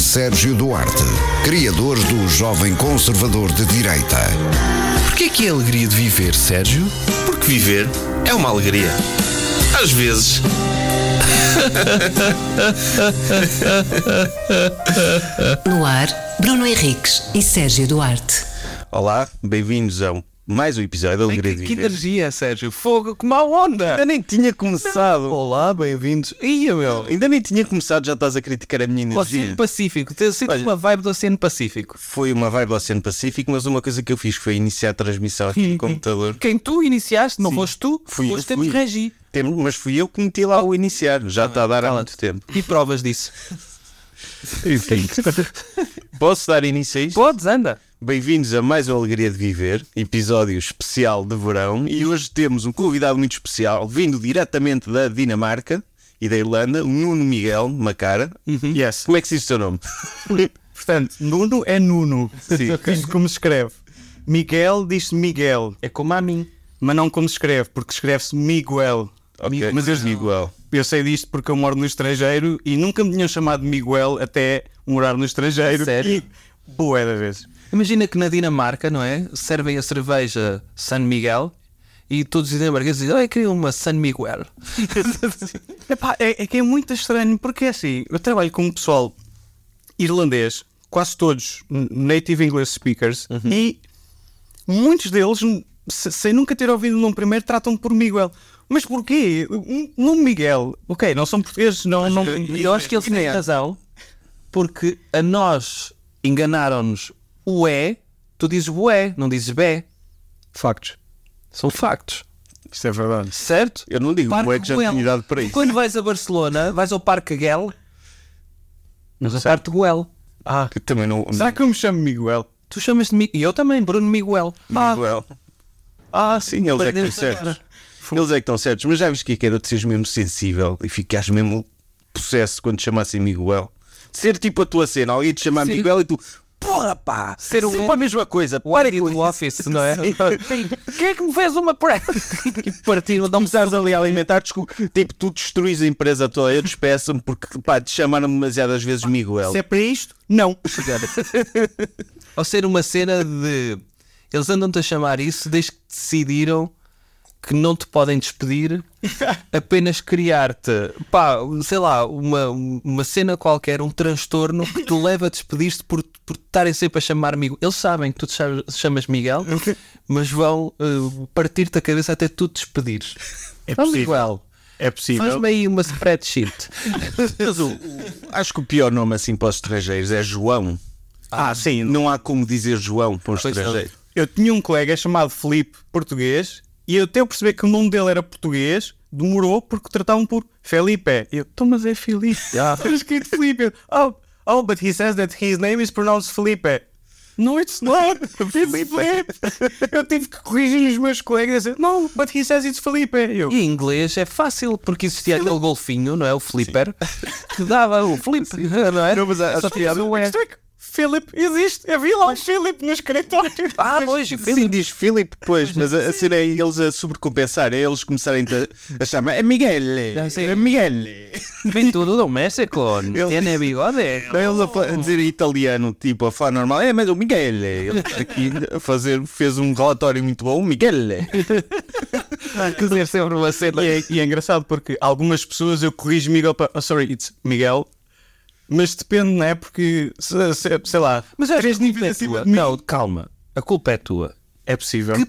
Sérgio Duarte, criadores do Jovem Conservador de Direita. Porquê que é a alegria de viver, Sérgio? Porque viver é uma alegria. Às vezes. No ar, Bruno Henriques e Sérgio Duarte. Olá, bem-vindos a um- mais um episódio da Alegria Que, de que Viver. energia, Sérgio. Fogo, que mau onda. Eu nem tinha começado. Olá, bem-vindos. Ia, meu. Ainda nem tinha começado, já estás a criticar a minha O Oceano energia. Pacífico. Eu sinto Olha. uma vibe do Oceano Pacífico. Foi uma vibe do Oceano Pacífico, mas uma coisa que eu fiz foi iniciar a transmissão aqui no computador. Quem tu iniciaste, não Sim. foste tu, Fui eu, foste fui. de Regi. Tem- Mas fui eu que meti lá o iniciar, já está a dar há Cala-te. muito tempo. E provas disso. Enfim. Posso dar início a isto? Podes, anda. Bem-vindos a mais uma Alegria de Viver, episódio especial de verão. E hoje temos um convidado muito especial, vindo diretamente da Dinamarca e da Irlanda, o Nuno Miguel Macara. Yes. Como é que se diz o seu nome? Portanto, Nuno é Nuno. Sim. Diz como se escreve. Miguel diz-se Miguel, É como a mim. mas não como se escreve, porque escreve-se Miguel. Ok, Mas eu, Miguel. eu sei disto porque eu moro no estrangeiro e nunca me tinham chamado Miguel até morar no estrangeiro. Sério? E, boa da vez. Imagina que na Dinamarca, não é? Servem a cerveja San Miguel e todos os dinamarqueses dizem: Olha, queria uma San Miguel. Epá, é, é que é muito estranho, porque é assim, eu trabalho com um pessoal irlandês, quase todos n- native English speakers, e muitos deles, n- se- sem nunca ter ouvido o nome primeiro, tratam-me por Miguel. Mas porquê? Um um nome Miguel. Ok, não são portugueses, não... não E eu acho que é eles têm razão, porque a nós enganaram-nos o E, tu dizes o E, não dizes B. Factos. São factos, Isto é verdade. certo? Eu não digo, Parque como é que já Güell. tinha idade para isso. Quando vais a Barcelona, vais ao Parque Guel, mas a Parque Guel. Ah, Que também não. Será que eu me chamo Miguel? tu chamas de Mi- e eu também, Bruno Miguel. Ah, Miguel. Ah, sim, eles é que estão Perdemos certos. agora. Eles é que estão certos. Mas já viste que é que era de seres mesmo sensível e ficares mesmo possesso quando te chamassem Miguel? Ser tipo a tua cena, alguém te chamar Sim. Miguel e tu, porra pá, Ser um- sempre a mesma coisa. o Andy do Office, não é? Quem é que me fez uma pré? E partiram, dá-me Começares ali a alimentar, desculpa, tipo, tu destruís a empresa toda. Eu despeço-me porque, pá, te chamaram demasiadas vezes Miguel. Se é para isto, não. Ou ser uma cena de. Eles andam-te a chamar isso desde que decidiram que não te podem despedir, apenas criar-te, pá, sei lá, uma, uma cena qualquer, um transtorno que te leva a despedir-te por por te estarem sempre a chamar Miguel. Eles sabem que tu te cha- chamas Miguel, mas vão eh, partir-te a cabeça até tu te despedires. É Vamos possível. igual. É possível. Faz-me aí uma spreadsheet. Mas o- o- acho que o pior nome assim para os estrangeiros é João. Ah, sim. Não há como dizer João para um Pois não. estrangeiro. Eu tinha um colega chamado Felipe, português, e eu até eu perceber que o nome dele era português, demorou porque tratavam por Felipe. Eu, "Então, mas é Felipe. Ah. Está escrito Felipe. Eu, Oh, oh, but he says that his name is pronounced Felipe. No, it's not. Felipe. Eu tive que corrigir os meus colegas. eu, No, but he says it's Felipe. Eu, E em inglês é fácil, porque existia aquele golfinho, não é? O flipper, que dava o flip, não é? Só tirava o E. "Strick, Felipe existe. Eu vi lá o Felipe no escritório. Ah, pois, o Sim, Filipe. diz Filipe, pois, mas a, a cena é eles a sobrecompensar, é eles começarem a, a chamar é Miguel, Já sei. é Miguel. Vem tudo um do México. Tiene bigode. é, Não, eles a, fa- a dizer em italiano, tipo, a falar normal, é, mas o Miguel, ele está aqui a fazer, fez um relatório muito bom, Miguel. é." Que deve ser uma cena. E é, e é engraçado porque algumas pessoas eu corrijo Miguel para. Oh, sorry, it's Miguel. Mas depende, não é? Porque, se- se- sei lá. Mas acho três que a culpa níveis é acima tua. de mim. Não, calma. A culpa é tua. É possível. Que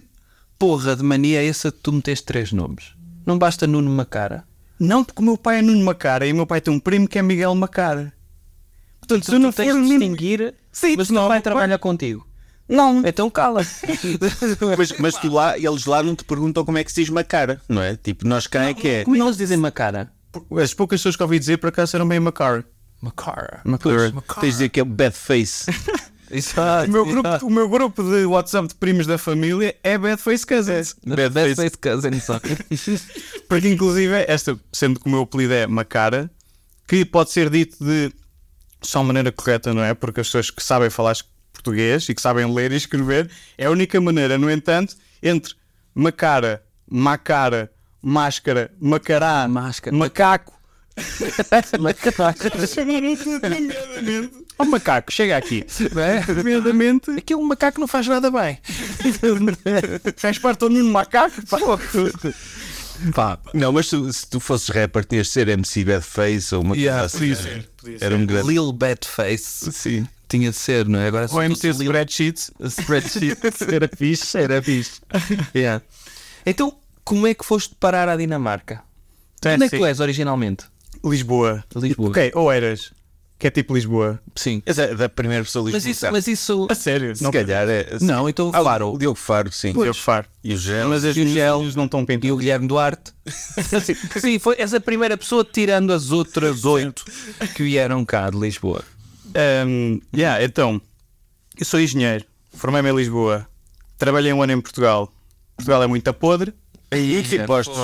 porra de mania é essa de tu meteres três nomes? Não basta Nuno Macara? Não, porque o meu pai é Nuno Macara e o meu pai tem um primo que é Miguel Macara. Portanto, se eu não tens for de Nuno- distinguir, Sim, mas não vai trabalhar contigo. Não. Então cala-se. Mas, mas tu lá, eles lá não te perguntam como é que se diz Macara, não é? Tipo, nós quem é que é? Como é que eles dizem Macara? As poucas pessoas que ouvi dizer por acaso eram bem Macara. Macara. Pois, Tens de dizer que é Badface. Exato. O meu, grupo, o meu grupo de WhatsApp de primos da família é Bad Face Cousins. Bad face, cousin, só. Porque inclusive é esta, sendo que o meu apelido é Macara, que pode ser dito de só maneira correta, não é? Porque as pessoas que sabem falar es- português e que sabem ler e escrever é a única maneira, no entanto, entre Macara, Macara, Máscara, Macará, Máscara. Macaco, Ó Oh, macaco, chega aqui. é? Nomeadamente. Aquele macaco não faz nada bem. Faz parte do Nuno Um Macaco? pá. Pá, Não, mas tu- se tu fosses rapper, tinhas de ser MC Badface ou uma Yeah, coisa assim. Era um grande. Lil Batface. Sim. Tinha de ser, não é? Agora Ou MC Lil- Spreadsheet. Spreadsheet. era fixe, era fixe. é Yeah. Então, como é que foste parar à Dinamarca? Então, Onde é que assim, tu és originalmente? Lisboa. Lisboa. Ok, ou eras. Que é tipo Lisboa. Sim. Mas é da primeira pessoa Mas isso, lisboa. mas isso. A sério? Se calhar é. Não, então Ah, Faro. O Diogo Faro, sim. Eu faro. E o Gel. Mas as E o gel. minhas não estão E pintadas. o Guilherme Duarte. Sim, foi essa primeira pessoa tirando as outras oito que vieram cá de Lisboa. Um, yeah, então, eu sou engenheiro, formei-me em Lisboa, trabalhei um ano em Portugal. Portugal é muito a podre. Aí é que impostos.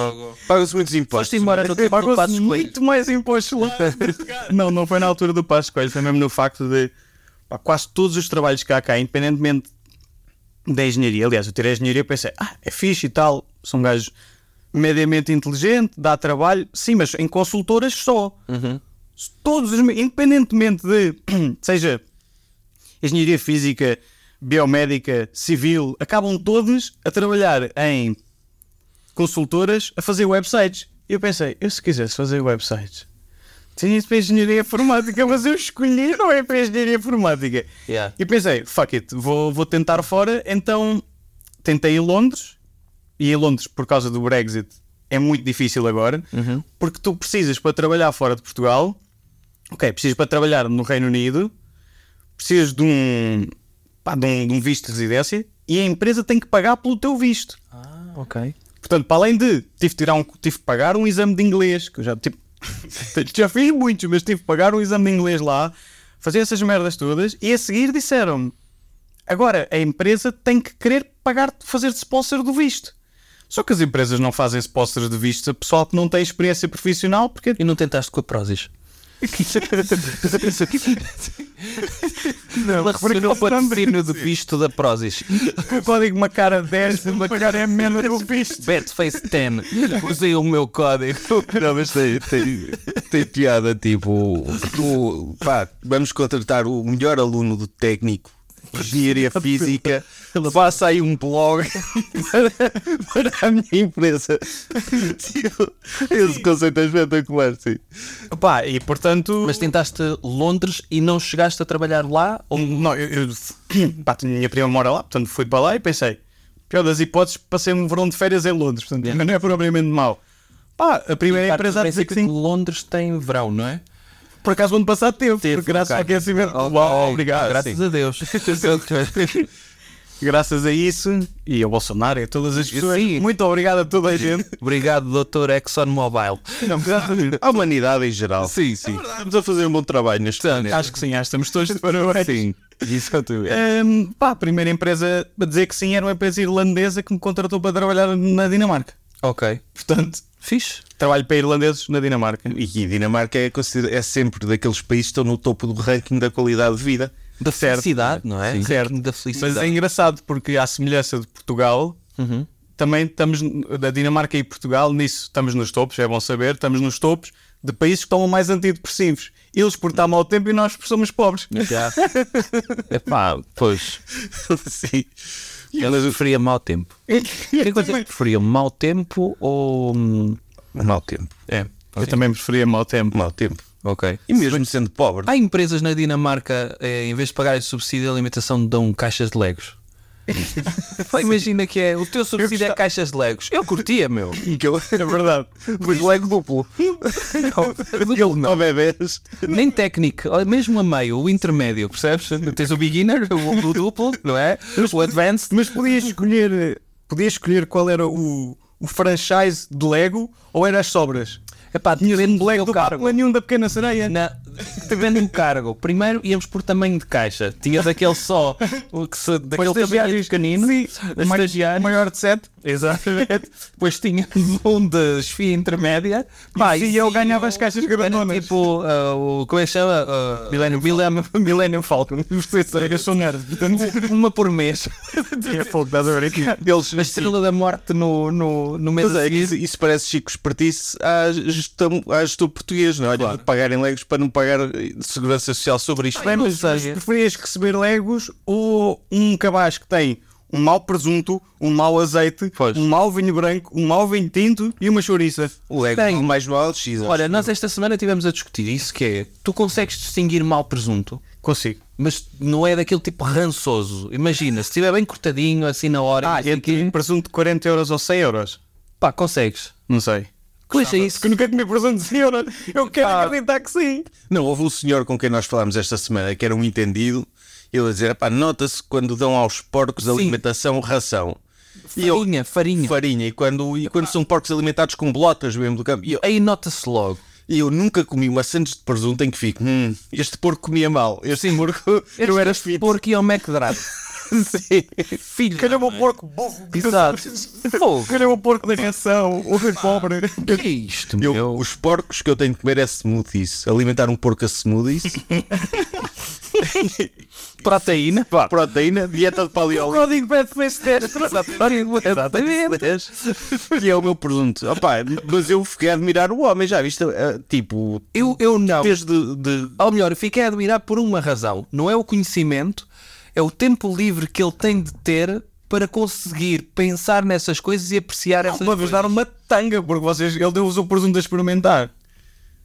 Paga-se muitos Foste impostos. embora no tempo do Patos Pagou-se Coelho. É muito mais impostos lá. não, não foi na altura do Passo Coelho, foi mesmo no facto de pá, quase todos os trabalhos que há cá, independentemente da engenharia. Aliás, eu tirei a engenharia e pensei, ah, é fixe e tal, sou um gajo mediamente inteligente, dá trabalho, sim, mas em consultoras só. Todos os, independentemente de, seja engenharia física, biomédica, civil, acabam todos a trabalhar em consultoras a fazer websites. E eu pensei, eu se quisesse fazer websites, tinha isso para engenharia informática, mas eu escolhi não é para engenharia informática. Yeah. E pensei, fuck it, vou, vou tentar fora. Então tentei em Londres, e em Londres, por causa do Brexit, é muito difícil agora, porque tu precisas para trabalhar fora de Portugal, ok, precisas para trabalhar no Reino Unido, precisas de um, pá, de um, de um visto de residência e a empresa tem que pagar pelo teu visto. Ah, ok. Portanto, para além de tive de, tirar um, tive de pagar um exame de inglês, que eu já, tipo, já fiz muitos, mas tive de pagar um exame de inglês lá, fazer essas merdas todas, e a seguir disseram-me: agora a empresa tem que querer pagar, fazer sponsor do visto. Só que as empresas não fazem sponsors de visto a pessoal que não tem experiência profissional, porque E não tentaste com a Prozis? é não, Ela recebeu o patrocínio de visto da Prozis. o código uma cara 10 uma cara é merda do visto. Betface 10. Usei o meu código. Não, mas tem, tem, tem piada, tipo, tu, pá, vamos contratar o melhor aluno do técnico de engenharia física, faça aí um blog para, para a minha empresa. Tipo, esse conceito é espetacular, sim. Pá, e portanto. Mas tentaste Londres e não chegaste a trabalhar lá? Ou- Não, eu, eu pá, tinha- minha prima mora lá, portanto fui para lá e pensei, pior das hipóteses, passei um verão de férias em Londres, portanto mas não é propriamente mau. Pá, a primeira Parte do empresa a É, dizer que princípio que sim, Londres tem verão, não é? por acaso o ano passado teve, porque graças ao ok. aquecimento. Ok, ah, Uau, obrigado. Graças sim. a Deus. Graças a isso e ao Bolsonaro e a todas as pessoas. sim. Muito obrigado a toda a gente. Obrigado, doutor ExxonMobil. Não, graças A humanidade em geral. É Sim, sim. Estamos a fazer um bom trabalho neste a... planeta. Acho que sim, acho que estamos todos de parabéns. Sim, isso é tu. Ahm, pá, a primeira empresa a dizer que sim era uma empresa irlandesa que me contratou para trabalhar na Dinamarca. Ok. Portanto, Fixe. trabalho para irlandeses na Dinamarca. E que Dinamarca é, consider- é sempre daqueles países que estão no topo do ranking da qualidade de vida. Da felicidade, não é? Certo. Da Mas felicidade. é engraçado porque, à semelhança de Portugal, Uhum. também estamos, da Dinamarca e Portugal, nisso estamos nos topos, é bom saber, estamos nos topos de países que estão mais antidepressivos. Eles por estar mau tempo e nós por somos pobres. É pá, pois. sim. Elas preferia mau tempo. Que coisa também- preferia um mau tempo ou. hum, Mau tempo. É, eu também preferia mau tempo. Mau tempo. Ok. E mesmo sendo pobre. Há empresas na Dinamarca, eh, em vez de pagarem subsídio de alimentação, dão caixas de legos. Pá, imagina que é. O teu subsídio é caixas de legos. Eu curtia, meu. Que eu- É verdade. Mas lego duplo. Ele não bebês. Nem técnico, ou mesmo a meio, o intermédio, percebes? Tens o beginner, o, o duplo, não é? O advanced. Mas podias escolher, podias Eh, escolher qual era o, o franchise de Lego ou era as sobras. Epá, Tinhas depende um do Lego teu do cargo. Batman e um da Pequena Sereia. Na- Depende do cargo. Primeiro íamos por tamanho de caixa. Tinhas aquele só, o que se, daquele tamanho estagiários pequenino. Sim, Os ma- estagiários. maior de 7. Exatamente. Depois tinha um de esfia intermédia. E se eu ganhava as caixas grandonas? era Tipo, ah, o, como é que chama? Ah, Millennium, Millennium, Falcon. Eu sou nerd, portanto. Uma por mês. Careful, estás a brincar? Eles, A estrela da morte no, no, no mês Mas a é que seguir. isso, isso parece Chico Espertice à gestão, à gestão portuguesa, não é? Olha, pagarem legos para não pagar eh, segurança social sobre isto. Bem, mas, Mas preferias receber Legos ou um cabaz que tem um mau presunto, um mau azeite, Pois. um mau vinho branco, um mau vinho tinto e uma chouriça? o lego bem. o mais mal X. Olha, nós esta semana estivemos a discutir isso que é, tu consegues distinguir mal presunto, Consigo. mas não é daquele tipo rançoso. Imagina, se estiver bem cortadinho, assim na hora, Ah, não sei entre um quê, presunto de 40 euros ou 100 euros? pá, consegues. Não sei. Deixa isso. Que nunca comi presunto de 100 euros. Eu quero acreditar que sim. Não, houve um senhor com quem nós falámos esta semana que era um entendido. Ele a dizer: "Epá, nota-se quando dão aos porcos Sim. alimentação ração. E eu- Farinha, farinha. farinha. E quando, e quando são porcos alimentados com bolotas mesmo do campo. E eu, Aí nota-se logo. e eu nunca comi uma sandes de presunto em que fico: hum, este porco comia mal. assim, Este porco não era fit. Porco e ao McDrive. Sim. Filho. Calhou o um porco burro. Exato. Fogo. Calhou o porco da reação. O pobre. O que é isto, Eu- meu? Os porcos que eu tenho de comer é smoothies. Alimentar um porco a smoothies, Proteína, pá. proteína, dieta de paleolítico, Código Badface 10. Exatamente. que é o meu presunto. Opa, mas eu fiquei a admirar o homem, já viste? Ah, tipo, Eu, eu não. desde de. Ou melhor, eu fiquei a admirar por uma razão. Não é o conhecimento, é o tempo livre que ele tem de ter para conseguir pensar nessas coisas e apreciar essas Uma vez dar uma tanga, porque vocês, ele deu-vos o presunto a experimentar.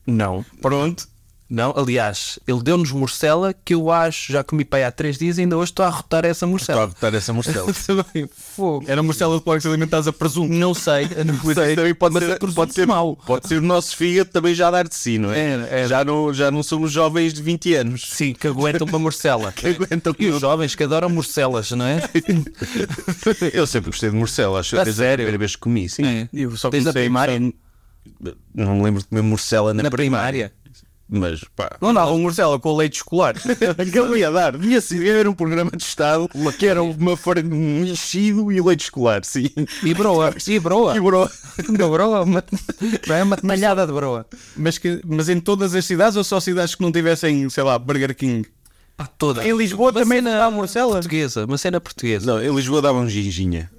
Não. Pronto. Não, aliás, ele deu-nos morcela que eu acho, já comi para aí há três dias e ainda hoje estou a rotar essa Estou a morcela. botar essa morcela. Também, Fogo. É Era Marcelo de Porcos alimentados a presunto. Não sei, eu não sei. Também pode mas é ser, presunto pode, ser, mau. pode ser o nosso fígado também já dar de si, não é? É, é. Já, não, já não somos jovens de 20 anos. Sim, que aguentam uma morcela. Aguentam E que os jovens que adoram morcelas, não é? Eu sempre gostei de morcela, acho que A desde a primeira vez que comi, sim. É. Eu só Desde a comecei a primária? gostar- Não me lembro de comer morcela na, Na primária. Mas pá. Não dava um Marcelo com leite escolar. Aquele ia dar, devia ser devia haver um programa de Estado que era uma farinha, um enchido e leite escolar, sim. E broa, e broa. E bro, Não, broa, uma, é uma tanhada de broa. mas, que, mas em todas as cidades ou só cidades que não tivessem, sei lá, Burger King? Pá, toda. Em Lisboa Uma também cena não há morcela? Portuguesa, uma cena portuguesa. Não, em Lisboa dava um ginginha.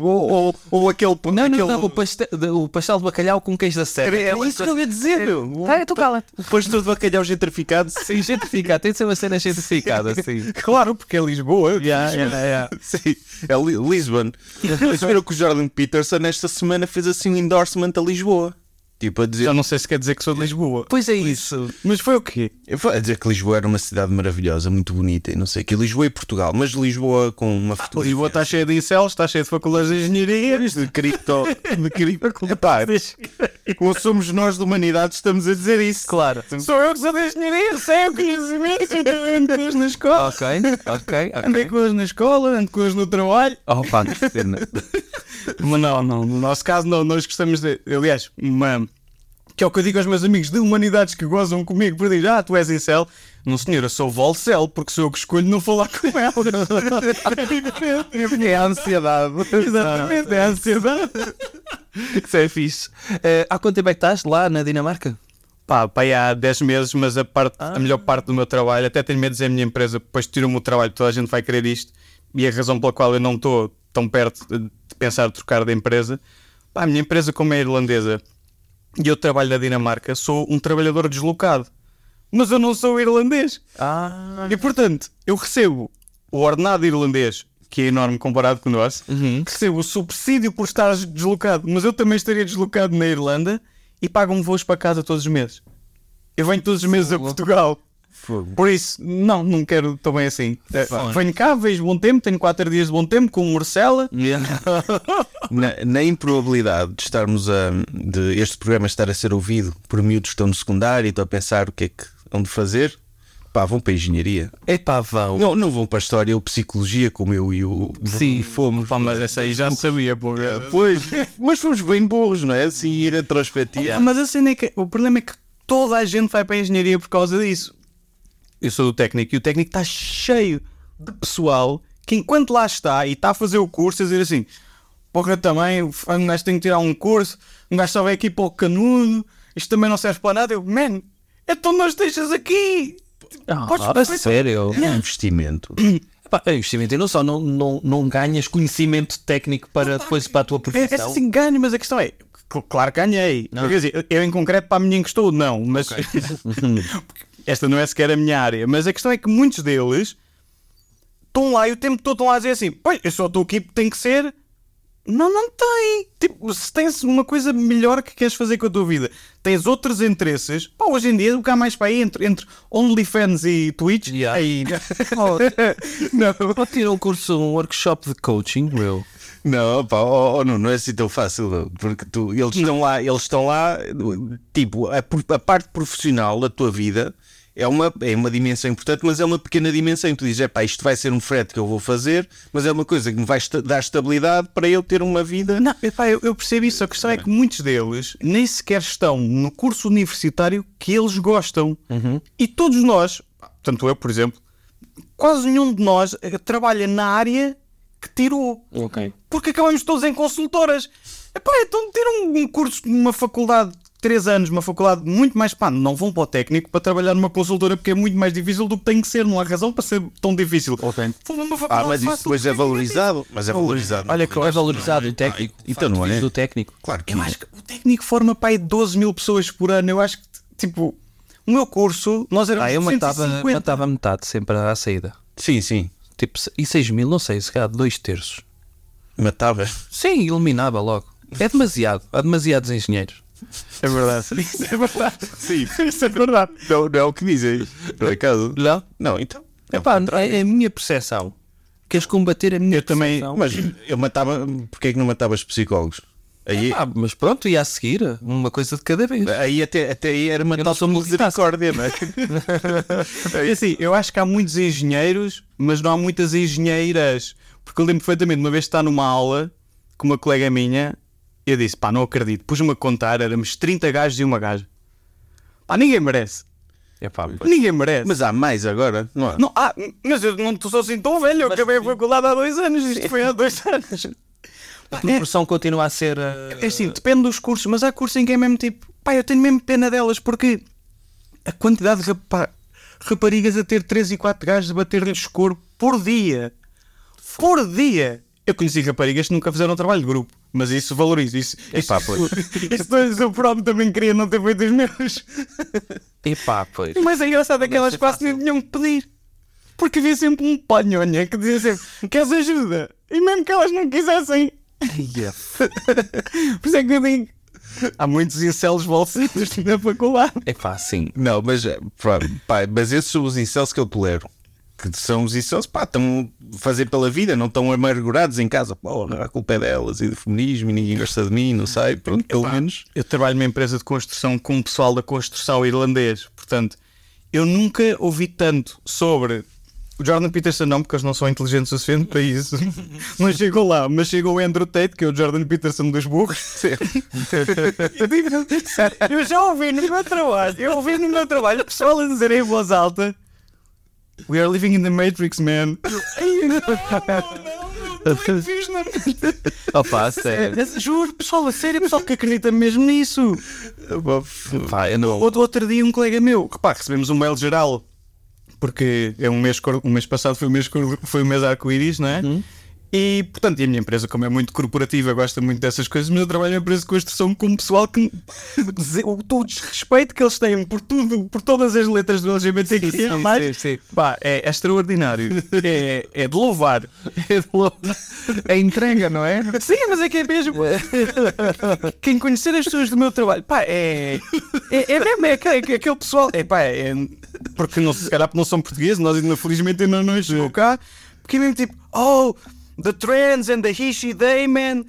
ou, ou, ou aquele pão. Não, não, aquele... não, o, pastel, de- o pastel de bacalhau com queijo da serra. É Era- era isso que eu ia dizer, meu. Ah, tu cala. O pastor de bacalhau gentrificado. é, Sim, gentrificado, tem de ser uma cena gentrificada, sim. Claro, porque é Lisboa. Sim, é Li- Lisbon. Vocês viram que o Jordan Peterson esta semana fez assim um endorsement a Lisboa? Tipo, a dizer, Já não sei se quer dizer que sou de Lisboa. Pois é isso. Mas foi o quê? Eu vou a dizer que Lisboa era uma cidade maravilhosa, muito bonita e não sei o que. Lisboa e Portugal, mas Lisboa com uma fotografia. Lisboa está cheia de incels, está cheia de faculdades de engenharia. de cripto. De cripto. Epá, ou somos nós da humanidade, estamos a dizer isso. Claro. Sou eu que sou de engenharia, sei o conhecimento. Ando com eles na escola. Ok, ok, Andei ok. com eles na escola, ando com eles no trabalho. Opa, que cena. Mas não, não, no nosso caso não, nós gostamos de. Aliás, uma. Que é o que eu digo aos meus amigos de humanidades que gozam comigo por dizer, ah, tu és incel. Não, senhor, eu sou volcel, porque sou eu que escolho não falar com ela. É a ansiedade. Exatamente, é a ansiedade. Isso é fixe. Eh, há quanto tempo é que estás lá na Dinamarca? Pá, pai, há 10 meses, mas a, parte, a melhor parte do meu trabalho, até tenho medo de dizer a minha empresa, depois tira-me o trabalho, toda a gente vai querer isto, e a razão pela qual eu não estou tão perto de de pensar trocar de empresa, pá, a minha empresa, como é irlandesa, e eu trabalho na Dinamarca, sou um trabalhador deslocado, mas eu não sou irlandês. Ah, E portanto, eu recebo o ordenado irlandês, que é enorme comparado com o nosso, recebo o subsídio por estar deslocado, mas eu também estaria deslocado na Irlanda e pagam voos para casa todos os meses. Eu venho todos os meses a Portugal. Por isso, não, não quero tão bem assim. Eh, Venho cá, vejo bom tempo, tenho 4 dias de bom tempo com um o Marcela. Na, na improbabilidade de estarmos a. de este programa estar a ser ouvido por miúdos que estão no secundário e estão a pensar o que é que hão de fazer, pá, vão para a engenharia. epá, vão. Não, não vão para a história ou psicologia como eu e o. Sim. fomos. Pá, mas essa aí já sabia, pô. Pois, mas fomos bem burros, não é? Assim, ir a retrospectiva. Mas a cena é que o problema é que Toda a gente vai para a engenharia por causa disso. Eu sou do técnico e o técnico está cheio de pessoal que, enquanto lá está e está a fazer o curso, a dizer assim: Porra, também, um gajo tem que tirar um curso, um gajo só vai aqui para o canudo, isto também não serve para nada. Eu, man, então nós deixas aqui. Podes Ah, perfeitamente- sério? É um investimento. Epá, É investimento e não só, não, não, não ganhas conhecimento técnico para depois para a tua É, é profissão. assim, ganho, mas a questão é. cl- Claro que ganhei. Quer dizer, eu- eu em concreto para a minha encostou, não, mas Porque esta não é sequer a minha área. Mas a questão é que muitos deles estão lá e o tempo todo estão lá a dizer assim: pois, eu só estou aqui porque tem que ser. Não, não tem. Tipo, se tens uma coisa melhor que queres fazer com a tua vida, tens outros interesses. Pá, hoje em dia, o que há mais para aí entre, entre OnlyFans e Twitch? Yeah. Aí, Oh, não. Pode tirar um curso, um workshop de coaching, meu. Não, pá, oh, oh, não, não é assim tão fácil, não, porque tu, eles estão lá, eles estão lá, tipo, a, por- a parte profissional da tua vida é uma, é uma dimensão importante, mas é uma pequena dimensão. Tu dizes, é pá, isto vai ser um frete que eu vou fazer, mas é uma coisa que me vai esta- dar estabilidade para eu ter uma vida. Não, epá, eu, eu percebo isso. A questão é que muitos deles nem sequer estão no curso universitário que eles gostam. Uhum. E todos nós, tanto eu, por exemplo, quase nenhum de nós eh, trabalha na área que tirou. Ok. Porque acabamos todos em consultoras. Epá, então ter um, um curso numa faculdade de 3 anos, uma faculdade muito mais. Pá, não vão para o técnico para trabalhar numa consultora porque é muito mais difícil do que tem que ser. Não há razão para ser tão difícil. Vão numa Ah, faculdade mas isso fácil, depois é porque valorizado. Mas é valorizado. Olha, que é valorizado o técnico. Ah, então não é. O técnico. claro que Eu acho que o técnico forma para aí 12 mil pessoas por ano. Eu acho que, tipo, o meu curso, nós éramos Ah, é eu matava, 150. matava a metade sempre à saída. Sim, sim. Tipo, se- e 6 mil, não sei, se calhar dois terços. Matava. Sim, eliminava logo. É demasiado. Há demasiados engenheiros. É verdade. Isso é verdade. Sim. Isso é verdade. Não, não é o que dizem. Por acaso. Não? Não, então. É o Epá, contrário. é, é a minha percepção. Queres combater a minha Eu também- percepção? Mas eu matava. Porquê é que não matavas psicólogos? Aí, Ah, mas pronto, e a seguir, uma coisa de cada vez. aí até, até aí era Eu não matar sou multitask. misericórdia, não é? É assim, eu acho que há muitos engenheiros, mas não há muitas engenheiras. Porque eu lembro perfeitamente, uma vez está numa aula com uma colega minha, eu disse, pá, não acredito. Pus-me a contar, éramos 30 gajos e uma gaja. Pá, ninguém merece. Epá, Ninguém merece. Mas há mais agora, não é? Não, ah, mas eu não estou assim tão velho, eu acabei a faculdade há dois anos, isto foi há dois anos. a proporção continua a ser. eh, É assim, depende dos cursos, mas há cursos em que é mesmo tipo, pá, eu tenho mesmo pena delas, porque a quantidade de rapa- raparigas a ter 3 e 4 gajos a bater-lhes corpo por dia. Por dia! Eu conheci raparigas que nunca fizeram trabalho de grupo, mas isso valorizo. Isso, Epá, isso, pois. isso, é isso eu próprio também queria não ter feito os meus. Epá, pois. Mas é engraçado é que elas ser quase nem vinham pedir. Porque havia sempre um panhonha que dizia sempre: Queres ajuda? E mesmo que elas não quisessem. Por isso é que eu digo: Há muitos incelos bolsitos na faculdade. Epá, sim. Não, mas, é, pá, pá, mas esses são os incels que eu tolero. Que são os incels, pá, estão a fazer pela vida, não estão amargurados em casa. Porra, a culpa é delas e do feminismo e ninguém gosta de mim, não sei. Pronto, pelo menos. Eu trabalho numa empresa de construção com o pessoal da construção irlandês. Portanto, eu nunca ouvi tanto sobre. O Jordan Peterson não, porque eles não são inteligentes o suficiente para isso. não chegou lá, mas chegou o Andrew Tate, que é o Jordan Peterson dos burros. eu, digo, eu já ouvi no meu trabalho, eu ouvi no meu trabalho pessoal a dizer em voz alta We are living in the Matrix, man. Opa, sério. Juro, pessoal, a sério, pessoal que acredita mesmo nisso. Pá, eu não. Outro, outro dia, um colega meu, repá, recebemos um mail geral, porque é um mês, cor- um mês passado foi o mês, cor- foi o mês arco-íris, não é? Uhum. E, portanto, e a minha empresa, como é muito corporativa, gosta muito dessas coisas, mas eu trabalho numa empresa de construção com um pessoal que dizer- o todo o desrespeito que eles têm por tudo, por todas as letras do LGBT que sim, mais, sim, sim. pá, é, é extraordinário. é, é de louvar. É entrega, não é? Sim, mas é que é mesmo. Quem conhecer as pessoas do meu trabalho, pá, é. É, é mesmo, é aquele, é aquele pessoal. É pá, é. Porque não, se calhar não são portugueses, nós ainda felizmente ainda não chegou cá. Porque é mesmo tipo, oh, the trends and the he, she, they, man.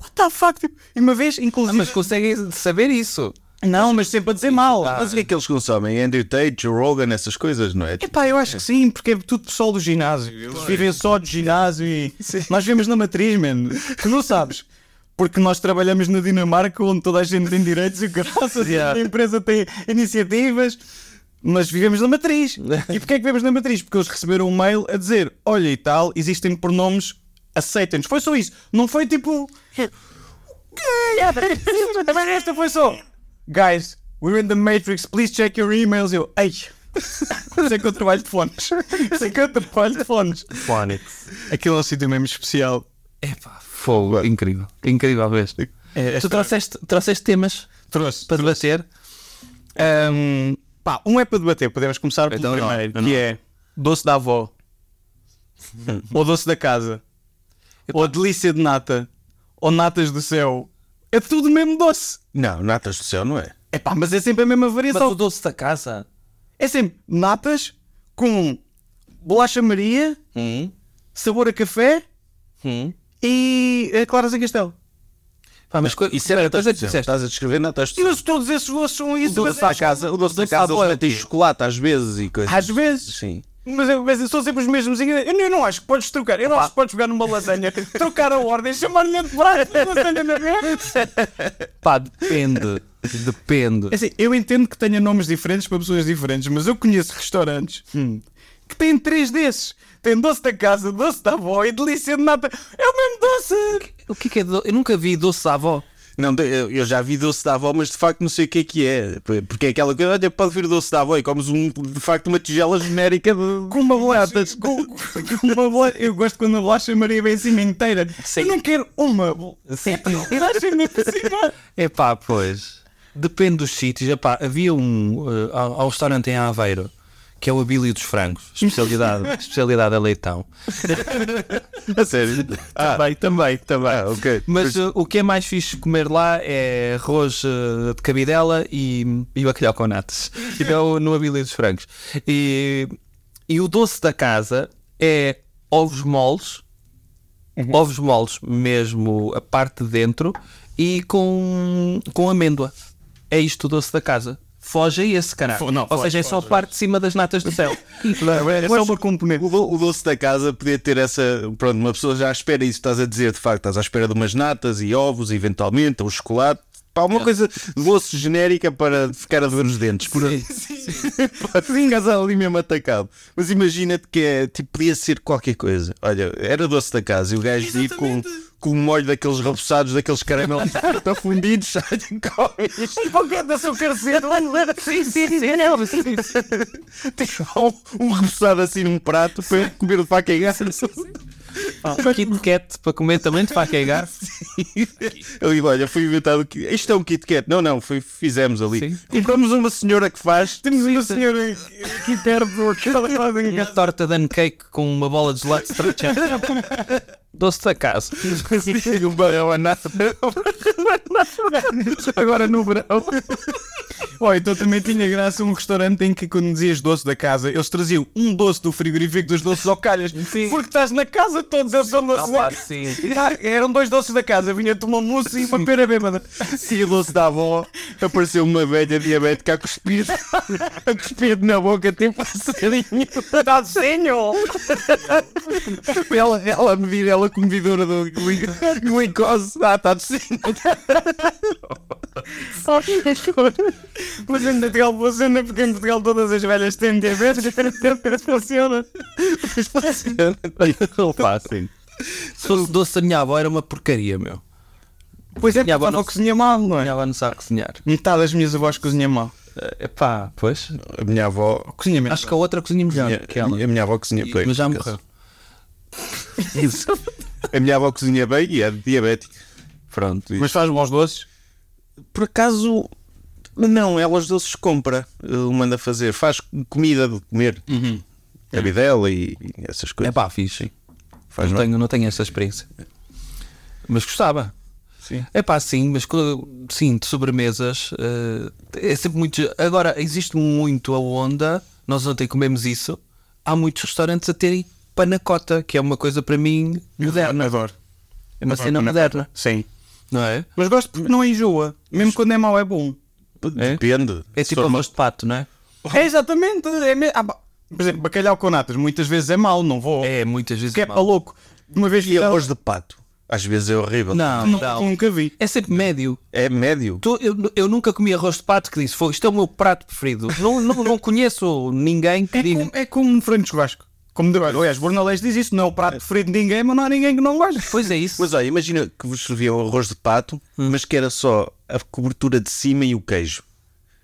What the fuck? Tipo, e uma vez, inclusive. Mas conseguem saber isso. Não, mas sempre a dizer mal. Mas o que é que eles consomem? Andrew Tate, Joe Rogan, essas coisas, não é? Epá, eu acho que sim, porque é tudo pessoal do ginásio. Eles vivem só do ginásio e nós vivemos na matriz, mano. Tu não sabes. Porque nós trabalhamos na Dinamarca, onde toda a gente tem direitos e o caraças, Yeah. a empresa tem iniciativas, mas vivemos na matriz. E porquê é que vivemos na matriz? Porque eles receberam um mail a dizer: olha e tal, existem pronomes, aceitem-nos. Foi só isso. Não foi tipo. ah, Também esta foi só. Guys, we're in the Matrix, please check your emails. Eu, ei. Sei que eu trabalho de fones. Sei que eu trabalho de fones. Aquilo é um sítio mesmo especial. Epá, fogo, incrível. Incrível mesmo. É, é tu trouxeste, trouxeste temas Trouxe. para debater. Um, pá, um é para debater, podemos começar pelo Então não, primeiro, não. que é doce da avó, ou doce da casa, ou delícia de nata, ou natas do céu. É tudo mesmo doce. Não, natas do céu, não é? É pá, mas é sempre a mesma Mas variação. o doce da casa. É sempre natas com bolacha Maria, sabor a café e eh, claras em castelo. Pá, mas coi- Isso era Espera, natas estás do é a dizer que céu. disseste? Estás a descrever natas do céu. Mas todos esses doces são O isso. doce mas da é- casa, o doce da doce da casa, avó eles é metem quê? chocolate às vezes e coisas. Às vezes. Sim. é- Mas, eu- mas são sempre os mesmos ingredientes. Eu não- Eu não acho que podes trocar. Eu não acho que podes pegar numa lasanha, trocar a ordem, chamar-lhe a dobrar a lasanha na mesa. Pá, depende. depende. Assim, eu entendo que tenha nomes diferentes para pessoas diferentes, mas eu conheço restaurantes que têm três desses. Tem doce da casa, doce da avó e delícia de nata. É o mesmo doce! O que é que é do... Eu nunca vi doce da avó. Não, de- eu eu já vi doce da avó, mas de facto não sei o que é que é. P- Porque é aquela coisa, olha, pode vir doce da avó e comes um, de facto uma tigela genérica de. Com uma bolacha. Com, com uma bolacha. Eu gosto quando a bolacha Maria vem assim inteira. Eu não quero uma bolacha ainda por cima. É pá, pois. Depende dos sítios. Epá, havia um. eh, há há um restaurante em Aveiro que é o Abílio dos Francos. Especialidade, especialidade é leitão. A sério. Ah. Também, também, também. Ah, ok. Mas eh, o que é mais fixe comer lá é arroz eh, de cabidela e, e bacalhau com natas. Então, no Abílio dos Francos. E, e o doce da casa é ovos moles, Uhum. ovos moles mesmo, a parte de dentro, e com, com amêndoa. É isto o doce da casa. Foge a esse, caralho. Fo- não, Ou foge, seja, é só a parte de cima das natas do céu. É só uma componente. O, do- o doce da casa podia ter essa. Pronto, uma pessoa já espera isso, estás a dizer, de facto, estás à espera de umas natas e ovos, eventualmente, ou chocolate. Pá, uma coisa doce genérica para ficar a ver os dentes. Por aí. Pá, tu engasas ali mesmo atacado. Mas imagina-te que é, tipo, podia ser qualquer coisa. Olha, era doce da casa e o gajo vir com, com um molho daqueles repousados, daqueles caramelos tão fundidos, olha, come isto. Tipo, um, um repousado assim num prato para comer de faca e garfo. Kit Kat para comer também de faca e garfo. Eu digo, olha, foi inventado. que- Isto é um Kit Kat. Não, não, foi, fizemos ali. Sim. Compramos uma senhora que faz. Temos uma senhora que é interpreta o que ela faz em A casa. torta de cake com uma bola de gelado de strachan. Doce da casa. Agora no verão. Oh, então também tinha graça um restaurante em que quando dizias doce da casa, eles traziam um doce do frigorífico dos doces ao calhas. Sim. Porque estás na casa todos, eles são doces. Opa, da- sim. Ah, eram dois doces da casa, vinha-te uma mousse e uma pera bêbada. Se doce da avó, apareceu uma velha diabética a cuspir. A cuspir na boca, tipo passarinho. Dá senhor! Ela, ela a medir, ela comedidora do gli- glicose. Ah, está de cima. Mas em Portugal funciona porque em Portugal todas as velhas têm diabetes, funciona. Se fosse doce da minha avó, era uma porcaria, meu. Pois é, Minha avó porque não não- cozinha mal, não Minha é? avó não sabe cozinhar. Metade das minhas avós cozinham mal. Eh, Epá, pois. A minha avó. Cozinha mesmo. Acho que a outra cozinha melhor que A ela. minha, avó cozinha E- bem. Mas já morreu. Isso. A minha avó cozinha bem e é diabética. Pronto. Mas faz bons doces. Por acaso. Não, elas doces compra. Ele manda fazer. Faz comida de comer. Uhum. Cabidela e, e essas coisas. É pá, fixe. Faz não, bem. tenho, não tenho essa experiência. Mas gostava. Sim. É pá, sim, mas co- sim, de sobremesas eh, é sempre muito. Agora, existe muito a onda, nós ontem comemos isso. Há muitos restaurantes a terem panacota, que é uma coisa para mim moderna. Adoro. É uma cena moderna, Sim. não é? Mas gosto porque não enjoa. Mesmo quando é mau, é bom. É? Depende. É tipo arroz de pato, não é? É exatamente. é me- ah, ba- por exemplo, bacalhau com natas muitas vezes é mau, não vou. É, muitas vezes. que é mal. para louco. Uma vez E que arroz de pato. Às vezes é horrível. Não, Nu- não. Nunca vi. É sempre médio. É médio. Tu- eu, eu nunca comi arroz de pato que disse, "Foi, isto é o meu prato preferido. não, não, não conheço ninguém que É diga. como, é como um frango de churrasco. Como de, aliás, Bornalês diz isso, não é o prato preferido de ninguém, mas não há ninguém que não goste. Pois é isso. Mas olha, imagina que vos serviam arroz de pato, mas que era só a cobertura de cima e o queijo.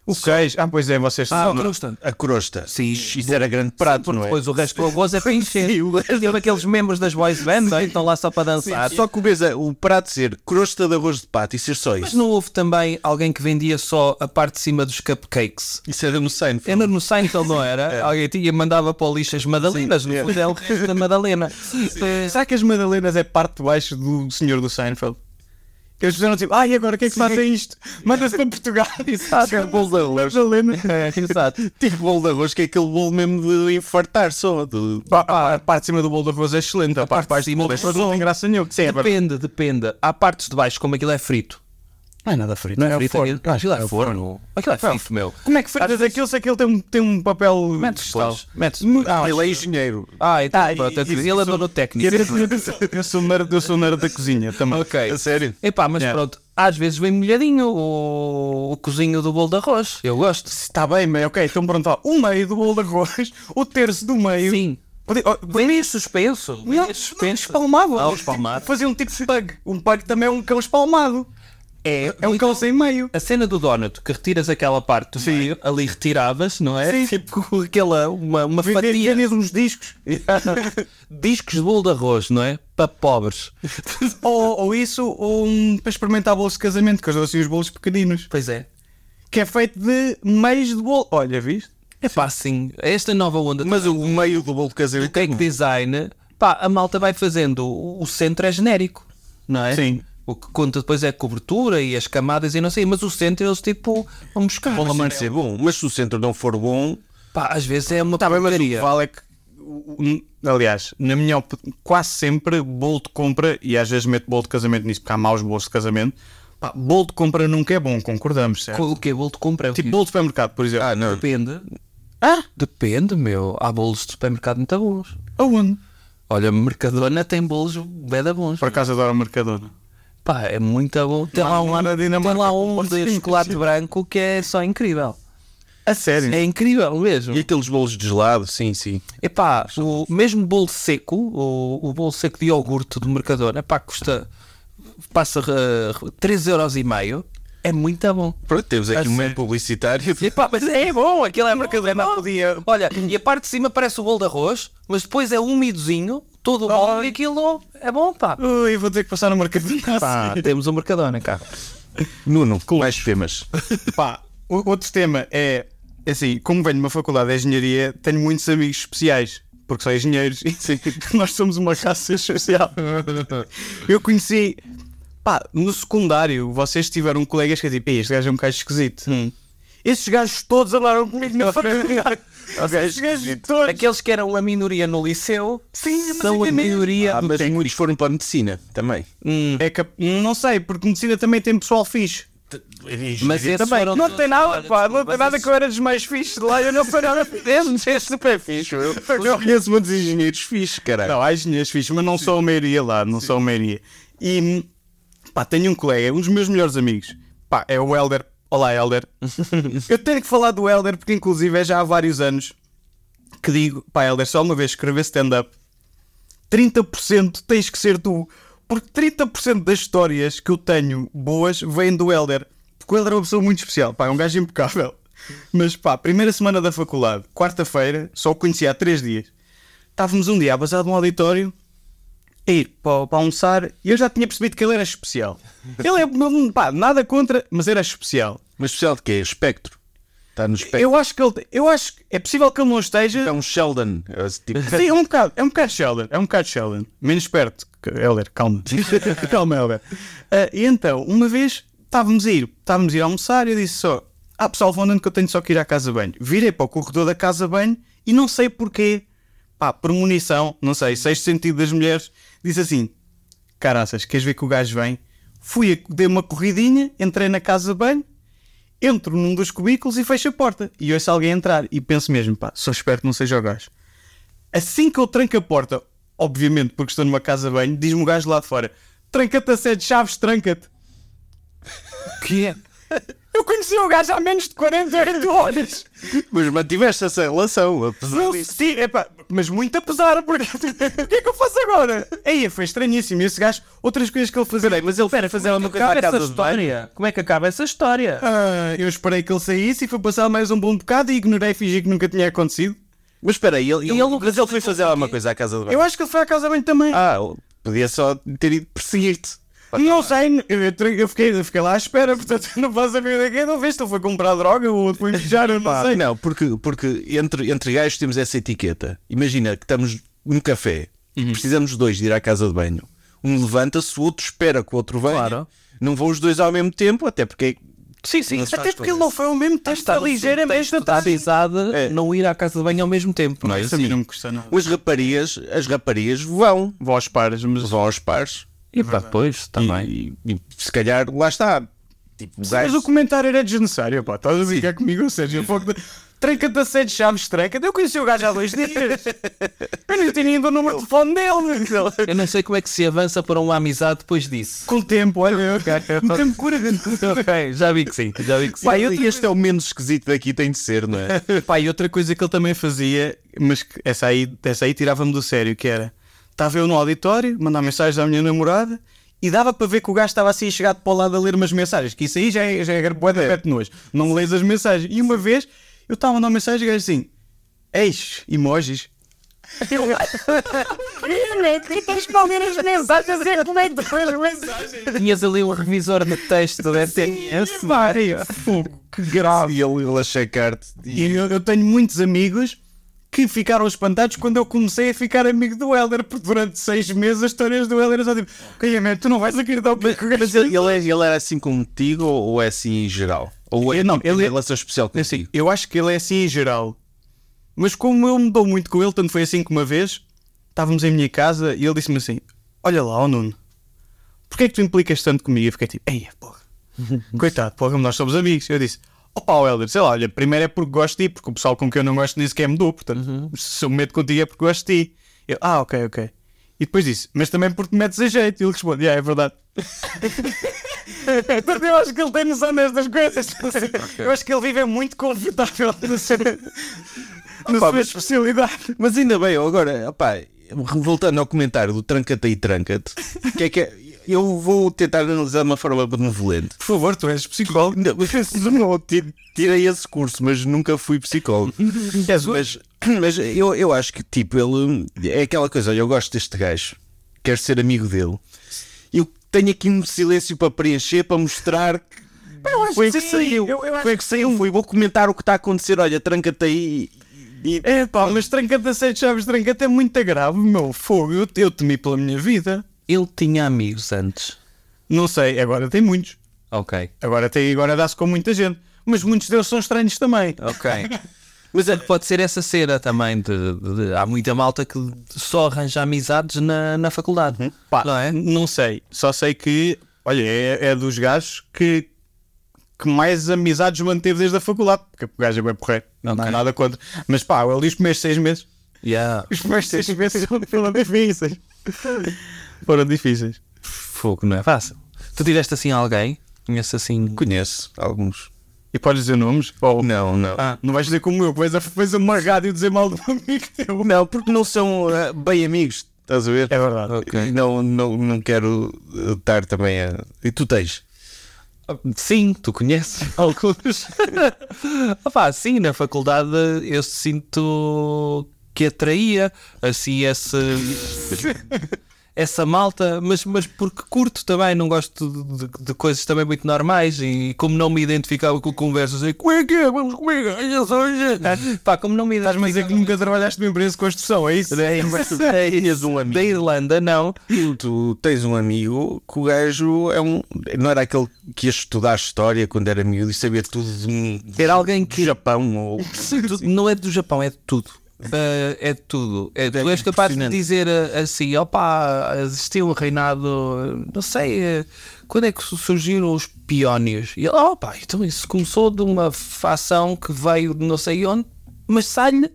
O queijo. Ah, pois é, vocês Ah, são. não, não. A crosta. Sim. Isso era grande prato, não é? Depois o resto do gozo é para encher. Teve aqueles membros das boys bands que estão lá só para dançar. Ah, Só comes a- o prato ser crosta de arroz de pato e ser só Mas isso. não houve também alguém que vendia só a parte de cima dos cupcakes? Isso era no Seinfeld. Era no Seinfeld, não era? É. Alguém tinha, mandava para o lixo as madalenas, no fundo é o resto da madalena. Eh, Será que as Madalenas é parte de baixo do senhor do Seinfeld? Eles fizeram tipo, ai, agora o que é que se faz a isto? Manda-se para Portugal. é Exato. um Chega o bolo da Madalena. é, Exato. Tipo bolo de arroz, que é aquele bolo mesmo de infartar só. de- Pá, pá, a parte de cima do bolo de arroz é excelente. A parte de baixo do bolo de arroz não tem graça nenhuma. Sim, é verdade. Depende, depende. Há partes de baixo, como aquilo é frito. Não é nada frito. Não é frito forno. aquilo. Ah, Aquilo é forno. Aquilo é frito, meu. Como é que fritas aquilo se aquilo tem um, tem um papel postal? Metes. Ah, Ele é engenheiro. Ah, então, Ah, pronto, e- ele e- andou no técnico. Eu sou nerd, eu sou nerd da cozinha também. Ok. A sério? Epá, mas Yeah. pronto, às vezes vem molhadinho o, o cozinho do bolo de arroz. Eu gosto. Está bem, mas ok, então pronto, ó, o meio do bolo de arroz, o terço do meio. Sim. Pode- ó, Vem meio suspenso. Não, Vem suspenso. espalmava. Ah, o espalmado. Fazia um tipo de pug. Um pug também é um cão espalmado. É, É um cão sem meio. a cena do donut, que retiras aquela parte do meio, ali retiravas, não é? Sim. Tipo com aquela, uma, uma fatia. Vendias uns discos. Discos de bolo de arroz, não é? Para pobres. ou, ou isso, ou um, para experimentar bolos de casamento, que eu dou assim os bolos pequeninos. Pois é. Que é feito de meios de bolo. Olha, viste? É pá, sim. Esta nova onda Mas o meio do bolo caseiro do cake design, pá, a malta vai fazendo. O o centro é genérico, não é? Sim. O que conta depois é a cobertura e as camadas e não sei, mas o centro eles tipo vão buscar. Pode amanhecer bom, mas se o centro não for bom, Pá, às vezes é uma tá O que vale é que, o- o- aliás, na minha opinião, quase sempre bolo de compra, e às vezes meto bolo de casamento nisso porque há maus bolos de casamento. Pá, bolo de compra nunca é bom, concordamos, certo? O que é bolo de compra? É o Tipo quê? bolo de supermercado, por exemplo. Ah, ah, não. Depende. Depende, meu. Há bolos de supermercado muito bons. Aonde? Olha, Mercadona tem bolos beda bons. Por acaso adoro o Mercadona. Pá, é muito bom. Tem lá um, Lá na Dinamarca, tem lá um com de bolsinhas. chocolate branco que é só incrível. A sério? É incrível mesmo. E aqueles bolos de gelado, sim, sim. Epá, o mesmo bolo seco, o, o bolo seco de iogurte do Mercadona, pá, custa, passa uh, 3,5€, é muito bom. Pronto, temos aqui um momento publicitário. Epá, mas é bom, aquilo é Mercadona. podia- Olha, e a parte de cima parece o bolo de arroz, mas depois é umidozinho, todo bom, e aquilo é bom, pá. Ui, vou ter que passar no Mercadona. a Pá, seguir. temos o Mercadona, cá. Nuno, mais temas. Pá, o- outro tema é, é assim, como venho de uma faculdade de engenharia, tenho muitos amigos especiais, porque são engenheiros e nós somos uma raça especial. Eu conheci, pá, no secundário, vocês tiveram colegas que é tipo, "Ei, este gajo é um bocado esquisito. Hum. Esses gajos todos andaram comigo na faculdade. Esses gajos todos. Aqueles que eram a minoria no liceu Sim, mas são é a mesmo. minoria. Ah, mas muitos foram para a medicina também. É cap- Não sei, porque medicina também tem pessoal fixe. Mas esses foram Não tem nada, pá, não tem nada que eu era dos mais fixes de lá, eu não fui nada desses. É super fixe. Eu, eu conheço muitos engenheiros fixes, caralho. Não, há engenheiros fixes, mas não sou a maioria lá, não sou a maioria. E pá, tenho um colega, um dos meus melhores amigos, pá, é o Helder. Olá, Helder. eu tenho que falar do Helder porque, inclusive, é já há vários anos que digo, pá, Helder, só uma vez escrever stand-up, 30% tens que ser tu. Porque 30% das histórias que eu tenho boas vêm do Helder. Porque o Helder é uma pessoa muito especial, pá, é um gajo impecável. Mas pá, primeira semana da faculdade, quarta-feira, só o conheci há 3 dias. Estávamos um dia a bazar de um auditório a ir para, para almoçar e eu já tinha percebido que ele era especial. Ele é, não- pá, nada contra, mas era especial. Mas especial de quê? Espectro. Está no espectro. Eu acho que ele, eu acho que é possível que ele não esteja. É um Sheldon. É esse tipo- Sim, é um bocado, é um bocado Sheldon, é um bocado Sheldon. Menos perto, que- Helder, calma. calma, Helder. Ah, e então, uma vez estávamos a ir, estávamos a ir almoçar e eu disse só: Ah, pessoal, vão andando que eu tenho só que ir à casa de banho. Virei para o corredor da casa de banho e não sei porquê, pá, premonição, não sei, sexto sentido das mulheres, disse assim: Caraças, queres ver que o gajo vem? Fui, a- dei uma corridinha, entrei na casa de banho, entro num dos cubículos e fecho a porta. E ouço alguém entrar e penso mesmo: pá, só espero que não seja o gajo. Assim que eu tranco a porta, obviamente porque estou numa casa bem, diz-me o gajo lá de fora: Tranca-te a sede, chaves, tranca-te. O que é? Eu conheci um gajo há menos de 48 horas. Mas mantiveste essa relação, apesar Não disso. se- epá, mas muito a pesar, porque o que é que eu faço agora? Aí foi estranhíssimo. E esse gajo, outras coisas que ele fazia. mas ele espera fazer uma é Acaba essa história. Como é que acaba essa história? Ah, eu esperei que ele saísse e foi passar mais um bom bocado e ignorei e fingi que nunca tinha acontecido. Mas espera aí, ele, ele- ele- mas ele foi fazer alguma coisa à casa do Eu acho que ele foi à casa bem também. Ah, ele podia só ter ido perseguir-te. não sei, eu, eu- eu fiquei, eu fiquei lá à espera, portanto não faço a minha ideia. Eu Não vejo se ele foi comprar droga ou foi mijar, eu não Pá, sei. não, porque, porque entre, entre gajos temos essa etiqueta. Imagina que estamos num café, Uhum. precisamos os dois de ir à casa de banho. Um levanta-se, o outro espera que o outro venha. Claro. Não vão os dois ao mesmo tempo, até porque Sim, sim. Até porque ele não foi o mesmo tempo está ligeiramente um Está avisado É. não ir à casa de banho ao mesmo tempo. Não é Isso a mim não me custa nada. as raparigas, as raparigas vão. Vou aos pares, mas Vão aos pares. E pá, pois, também. é E, e se calhar lá está. Tipo, é? o Mas gajo- o comentário era desnecessário, pá. Estás a brincar comigo, ou seja, foco de... Tranca-te a sete chaves, tranca-te. Eu conheci o gajo há dois dias. Eu não tinha ainda o número de telefone dele. Eu não sei como é que se avança para uma amizade depois disso. Com o tempo, olha. O tempo cura. ok, já vi que sim, já vi que sim. Pá, eu- este é o menos esquisito daqui, tem de ser, não é? Pá, e outra coisa que ele também fazia, mas que essa aí, essa aí tirava-me do sério, que era... Estava eu no auditório, mandar mensagens à minha namorada e dava para ver que o gajo estava assim chegado para o lado a ler umas mensagens, que isso aí já é, já é bué de pé de nojo. Não lês as mensagens. E uma vez, eu estava a mandar mensagens e o gajo assim... Eis, emojis. Tinhas ali um revisor de texto do é SNS. que grave. E ele, ele a checar-te. Tá. E... E eu, eu tenho muitos amigos que ficaram espantados quando eu comecei a ficar amigo do Heller, porque durante seis meses as histórias do Heller eu só tipo, ok, man, tu não vais acreditar o que é que o gajo Mas ele, ele, é- ele era assim contigo ou ou é assim em geral? Ou é Eu não, tipo, tem ele- relação especial É contigo? assim, eu acho que ele é assim em geral. Mas como eu me dou muito com ele, tanto foi assim que uma vez estávamos em minha casa e ele disse-me assim: Olha lá, ó Nuno, porquê é que tu implicas tanto comigo? Eu fiquei tipo: Ei, porra, coitado, porra, nós somos amigos. Eu disse: Opa, ó Helder, sei lá, olha, primeiro é porque gosto de ti, porque o pessoal com quem eu não gosto nem sequer me dou, portanto, se eu me meto contigo é porque gosto de ti. Eu, ah, ok, ok. E depois disse: Mas também porque te metes a jeito. E ele responde: yeah, é verdade. Portanto, eu acho que ele tem noção destas coisas. Eu acho que ele vive muito confortável na sua, na sua especialidade. Mas ainda bem, eu agora, opá, voltando ao comentário do tranca-te e tranca-te, que é que é- eu vou tentar analisar de uma forma benevolente. Por favor, tu és psicólogo. Não, não, ti- um tirei esse curso, mas nunca fui psicólogo. mas mas eu, eu acho que, tipo, ele é aquela coisa: olha, eu gosto deste gajo, quero ser amigo dele. Eu tenho aqui um silêncio para preencher, para mostrar que. foi que sim, saiu, eu- eu acho foi que saiu, foi. Vou comentar o que está a acontecer. Olha, tranca-te aí. e- e- É pá, mas tranca-te a sete chaves, tranca-te é muito grave, meu fogo. Eu, eu temi pela minha vida. Ele tinha amigos antes. Não sei, agora tem muitos. Ok. Agora tem, agora dá-se com muita gente. Mas muitos deles são estranhos também. Ok. Mas é- pode ser essa cena também. de- de- de- há muita malta que só arranja amizades na, na faculdade. Uhum. Pá, Não é? não sei. Só sei que, olha, é, é dos gajos que, que mais amizades manteve desde a faculdade. Porque o gajo é bem porreiro. Não há nada contra. Mas pá, eu li os primeiros seis meses. Yeah. Os primeiros seis meses foram difíceis. Foram difíceis. Fogo, não é fácil. Tu tiveste assim alguém? Conheces assim. Conheço alguns. E podes dizer nomes? Ou- Não, não. Ah, não vais dizer como eu, que vais a, vais a margado e dizer mal do amigo teu. Não, porque não são eh, bem amigos, estás a ver? É verdade. Ok. Não, não, não quero eh, estar também a. E tu tens? Sim, tu conheces alguns. Opá, sim, na faculdade eu sinto que atraía assim esse, essa malta, mas, mas porque curto também, não gosto de, de- de coisas também muito normais e como não me identificava com conversas, assim, como é que é? Vamos comigo, olha só, olha." um pá, como não me Estás-me a dizer identificava. que nunca trabalhaste numa empresa de construção, é isso? Tens um Da amigo. Irlanda, não. Tu tens um amigo que o gajo é um. Não era aquele que ia estudar história quando era miúdo e sabia tudo de um. Ter alguém que- do Japão ou. Tu- não é do Japão, é de tudo. Ah, é de tudo. É, tu és capaz de impressionante. dizer ah, assim: opá, existiu um reinado, não sei, eh, quando é que su- surgiram os peónios? E ele, opá, então isso começou de uma facção que veio de não sei onde, Um mas sai-lhe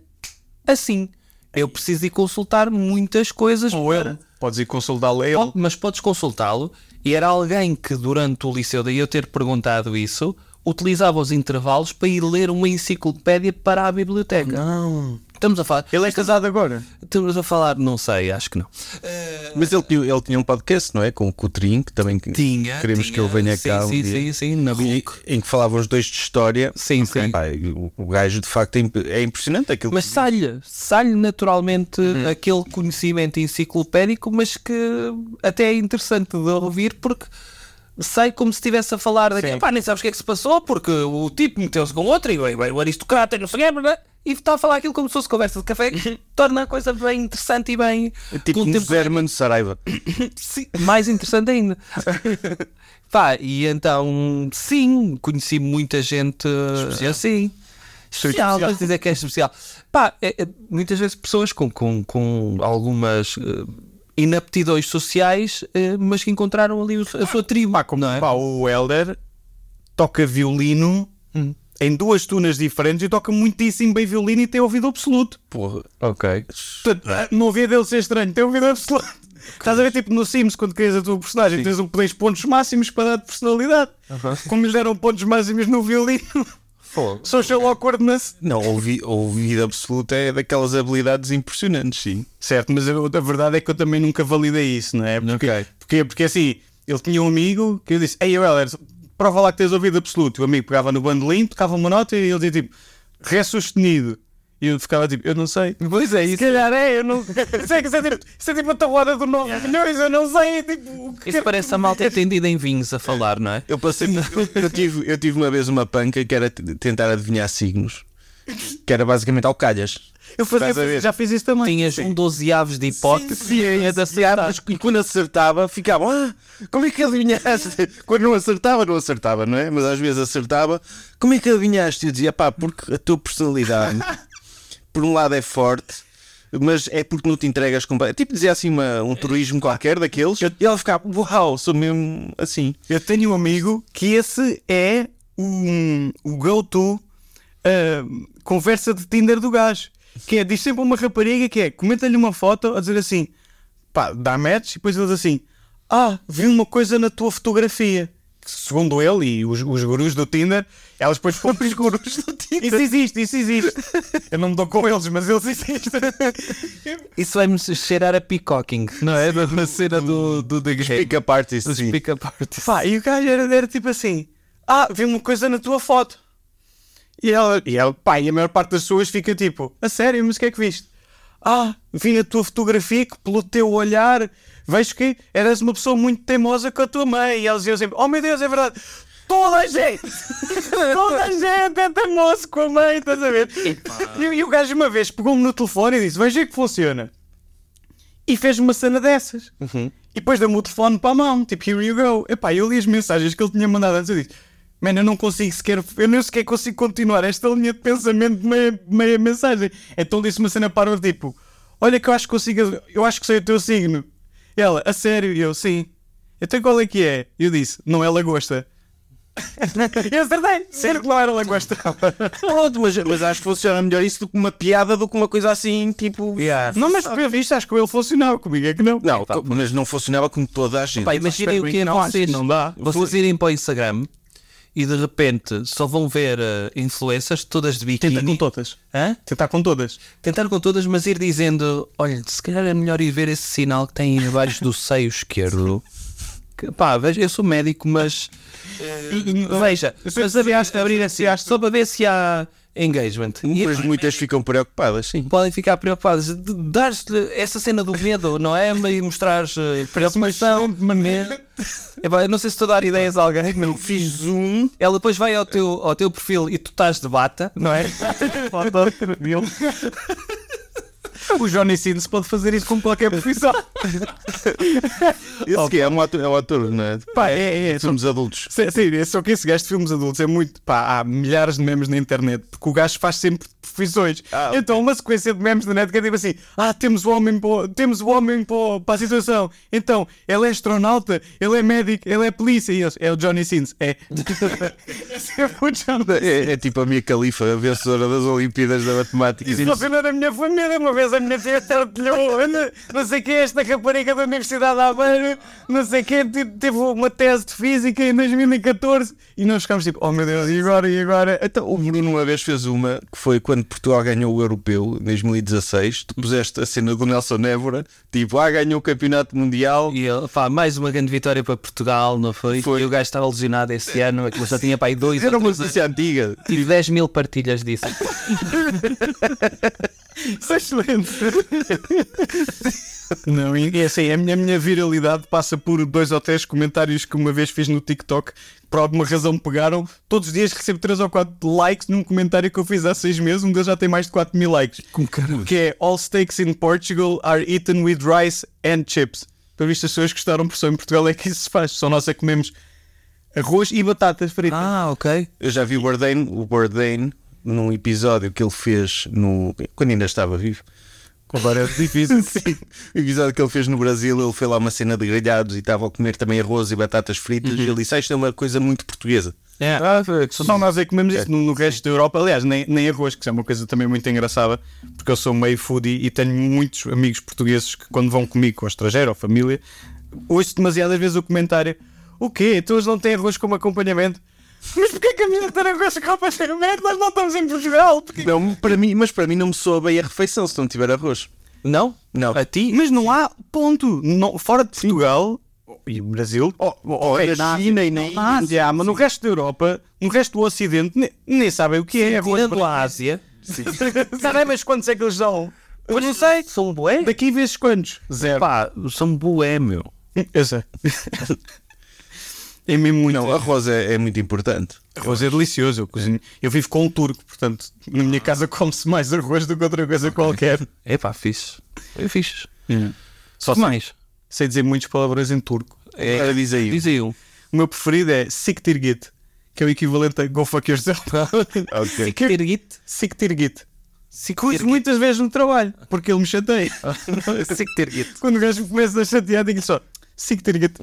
assim. Eu preciso ir consultar muitas coisas. Ou ele. é Podes ir consultá-lo a ele. Pode- mas podes consultá-lo. E era alguém que, durante o liceu, daí eu ter perguntado isso, utilizava os intervalos para ir ler uma enciclopédia para a biblioteca. Não. Estamos a falar. Ele é casado agora. Estamos a falar, não sei, acho que não. Mas ele, tinha- ele tinha um podcast, não é? Com o Coutrinho, que também que- Tinha. queremos tinha, que ele venha sim, cá. um Sim, dia. sim, sim, na Em, boca. em que falavam os dois de história. Sim, sim. Pá, o, o gajo de facto é, imp- é impressionante aquilo. Mas sai-lhe, sai-lhe naturalmente Uhum. aquele conhecimento enciclopédico, mas que até é interessante de ouvir porque sai como se estivesse a falar daqui. Pá, nem sabes o que é que se passou, porque o tipo meteu-se com outro e bem, bem, o aristocrata e não sei o quê, né? e está a falar aquilo como se fosse conversa de café, que torna a coisa bem interessante e bem Uhum. tipo pelo um tempo Zerman Saraiva. Sim, mais interessante ainda. Pá, e então, sim, conheci muita gente especial. assim. Especial, vamos dizer que é especial. Pá, é- é- muitas vezes pessoas com, com, com algumas eh, inaptidões sociais, eh, mas que encontraram ali o- a sua tribo. não é? Pá, o Helder toca violino em duas tunas diferentes e toca muitíssimo bem violino e tem ouvido absoluto. Porra. Ok. Portanto, não havia dele ser estranho, tem ouvido absoluto. Estás a ver, tipo, no Sims, quando crias a tua personagem, tens um tens pontos máximos para dar de personalidade. Como lhe deram pontos máximos no violino. Fogo. Social awkwardness. Não, ouvi, ouvido absoluto é daquelas habilidades impressionantes, sim. Certo, mas a, a verdade é que eu também nunca validei isso, não é? Porque, Ok. porque, porque assim, ele tinha um amigo que eu disse: Ei, Weller, prova lá que tens ouvido absoluto. O amigo pegava no bandolim, tocava uma nota e ele dizia tipo: Ré sustenido. E eu ficava tipo: Eu não sei. Pois é, Se isso, calhar é, eu não sei. Isso é, tipo, isso é tipo a tabuada do 9 milhões, eu não sei. Tipo, o que isso parece a malta entendida em vinhos a falar, não é? Eu passei. eu, eu tive, eu tive uma vez uma panca que era t- tentar adivinhar signos, que era basicamente alcalhas. Eu fazia- Estás a ver? já fiz isso também. Tinhas um 12 aves de hipótese. Ciências, mas e quando acertava ficavam, ah, como é que adivinhaste? Quando não acertava, não acertava, não é? Mas às vezes acertava, como é que adivinhaste? Eu dizia, pá, porque a tua personalidade, por um lado, é forte, mas é porque não te entregas completamente. Tipo, dizia assim uma- um turismo qualquer daqueles, e ela ficava, uau, sou mesmo assim. Eu tenho um amigo que esse é um, o go-to ah, conversa de Tinder do gajo. Que é, diz sempre a uma rapariga que é, comenta-lhe uma foto a dizer assim, pá, dá match, e depois ele diz assim, ah, vi uma coisa na tua fotografia. Que, segundo ele e os, os gurus do Tinder, elas depois foram os gurus do Tinder. Isso existe, isso existe. Eu não me dou com eles, mas eles existem. Isso vai-me cheirar a peacocking, não é? Da- Da cena do, do The Game. Pick up artist, Dos sim. pick-up artists. Pá, e o gajo era, era tipo assim: Ah, vi uma coisa na tua foto. E ela, e ela, pá, e a maior parte das pessoas fica tipo: A sério, mas o que é que viste? Ah, vi na tua fotografia que pelo teu olhar vejo que eras uma pessoa muito teimosa com a tua mãe. E elas diziam sempre: Oh meu Deus, é verdade. Toda a gente, toda a gente é teimoso com a mãe, estás a ver? E, e o gajo uma vez pegou-me no telefone e disse: Veja que funciona. E fez uma cena dessas. Uhum. E depois deu-me o telefone para a mão, tipo, here you go. Epá, eu li as mensagens que ele tinha mandado antes, eu disse, man, eu não consigo sequer, eu nem sequer consigo continuar esta linha de pensamento de meia, meia mensagem. Então disse uma cena para o tipo, olha que eu acho que consigo, eu acho que sei o teu signo. E ela, a sério? E eu, sim. Então qual é que é? E eu disse, não é lagosta. eu acertei, sério que não era lagosta. Pronto, Oh, mas, mas acho que funciona melhor isso do que uma piada, do que uma coisa assim, tipo. não, mas pelo visto acho que ele funcionava comigo, é que não. Não, mas não funcionava como toda a gente. Pá, imaginem o que é Não, acho que vocês, não dá. vocês irem para o Instagram e de repente só vão ver eh, influencers todas de biquíni. Tenta com todas. Hã? Tentar com todas. Tentar com todas, mas ir dizendo: olha, se calhar é melhor ir ver esse sinal que tem abaixo do seio esquerdo. Que, pá, veja, eu sou médico, mas eh, veja, sei- mas abrir, sei- abrir sei- assim, sei- acho- só para ver se há engagement. E Mas muitas ficam preocupadas, sim. podem ficar preocupados. De- Dar-se-lhe essa cena do medo, não é? E mostrar preocupação. maneira. Epá, eu não sei se estou a dar ideias a alguém. Não fiz zoom. Ela depois vai ao teu, ao teu perfil e tu estás de bata, não é? O Johnny Sins pode fazer isso com qualquer profissão. Esse que é um ator, é um ator, não é? Pá, é, é. Somos adultos. Sim, sim, é só que esse gajo de filmes adultos é muito. Pá, há milhares de memes na internet, porque o gajo faz sempre profissões. então, uma sequência de memes na net que é tipo assim: ah, temos o homem, para o- temos o homem para, o- para a situação. Então, ele é astronauta, ele é médico, ele é polícia. E eles, é o Johnny Sins. É. é sempre o Johnny É, é tipo a minha califa, a vencedora das Olimpíadas da Matemática. Sins. Não, não era a minha família, uma vez a na festa, olha, um não sei o que, esta rapariga da Universidade da Aveiro, não sei o que, teve uma tese de física em 2014 e nós ficámos tipo, oh meu Deus, e agora, e agora? Então, o Bruno uma vez fez uma que foi quando Portugal ganhou o Europeu em 2016. Tu puseste a cena do Nelson Évora, tipo, ah, ganhou o Campeonato Mundial. E ele, pá, mais uma grande vitória para Portugal, não foi? Foi. E o gajo estava lesionado esse ano, aquilo já tinha para aí dois Era ou uma três anos. notícia antiga. Tive 10 mil partilhas disso. Excelente. Não, e e assim, a minha, a minha viralidade passa por dois ou três comentários que uma vez fiz no TikTok, que por alguma razão me pegaram. Todos os dias recebo três ou quatro likes num comentário que eu fiz há seis meses, um deles já tem mais de 4 mil likes. Que é All steaks in Portugal are eaten with rice and chips. Para visto, as pessoas que gostaram por só em Portugal é que isso se faz. Só nós é que comemos arroz e batatas fritas. Ah, ok. Eu já vi o Bourdain, o Bourdain num episódio que ele fez no quando ainda estava vivo. Agora é difícil. Sim. O episódio que ele fez no Brasil, ele foi lá uma cena de grelhados e estava a comer também arroz e batatas fritas. E ele disse: "Ah, Isto é uma coisa muito portuguesa. É. Ah, só nós é que comemos isso no, no resto da Europa. Aliás, nem, nem arroz, que isso é uma coisa também muito engraçada, porque eu sou meio foodie e tenho muitos amigos portugueses que, quando vão comigo, ou estrangeiro, ou família, ouço demasiadas vezes o comentário: O quê? Então eles não têm arroz como acompanhamento? Mas porquê que a minha terapeuta roupa é sem remédio? Nós não estamos em Portugal, porque Não, para mim, mas para mim não me soa bem a refeição se não tiver arroz. Não? Não. A ti? Mas não há ponto. Não, fora de Portugal e Brasil, Ou é Oh, na- China e nem. na Ásia, mas no resto da Europa, no resto do Ocidente, ne- nem, sabem o que é arroz. Tirando a Ásia. caramba, quantos é que eles dão? Eu não sei. São bué? Daqui vezes quantos? Zero. um Pá, são bué, meu. Eu sei. é mesmo muito. Não, arroz é, é muito importante. Arroz é delicioso, eu cozinho. Eu vivo com um turco, portanto, na minha casa come-se mais arroz do que outra coisa qualquer. É pá, fixe. É fixe. Só sei, mais? sei dizer muitos palavrões em turco. É. Agora diz aí. Diz aí um. O meu preferido é siktirgit, que é o equivalente a go fuck yourself. Ok. Tirgit. siktirgit. Que uso muitas vezes no trabalho, porque ele me chateia. Tirgit. Quando o gajo me começa a chatear, digo-lhe só siktirgit.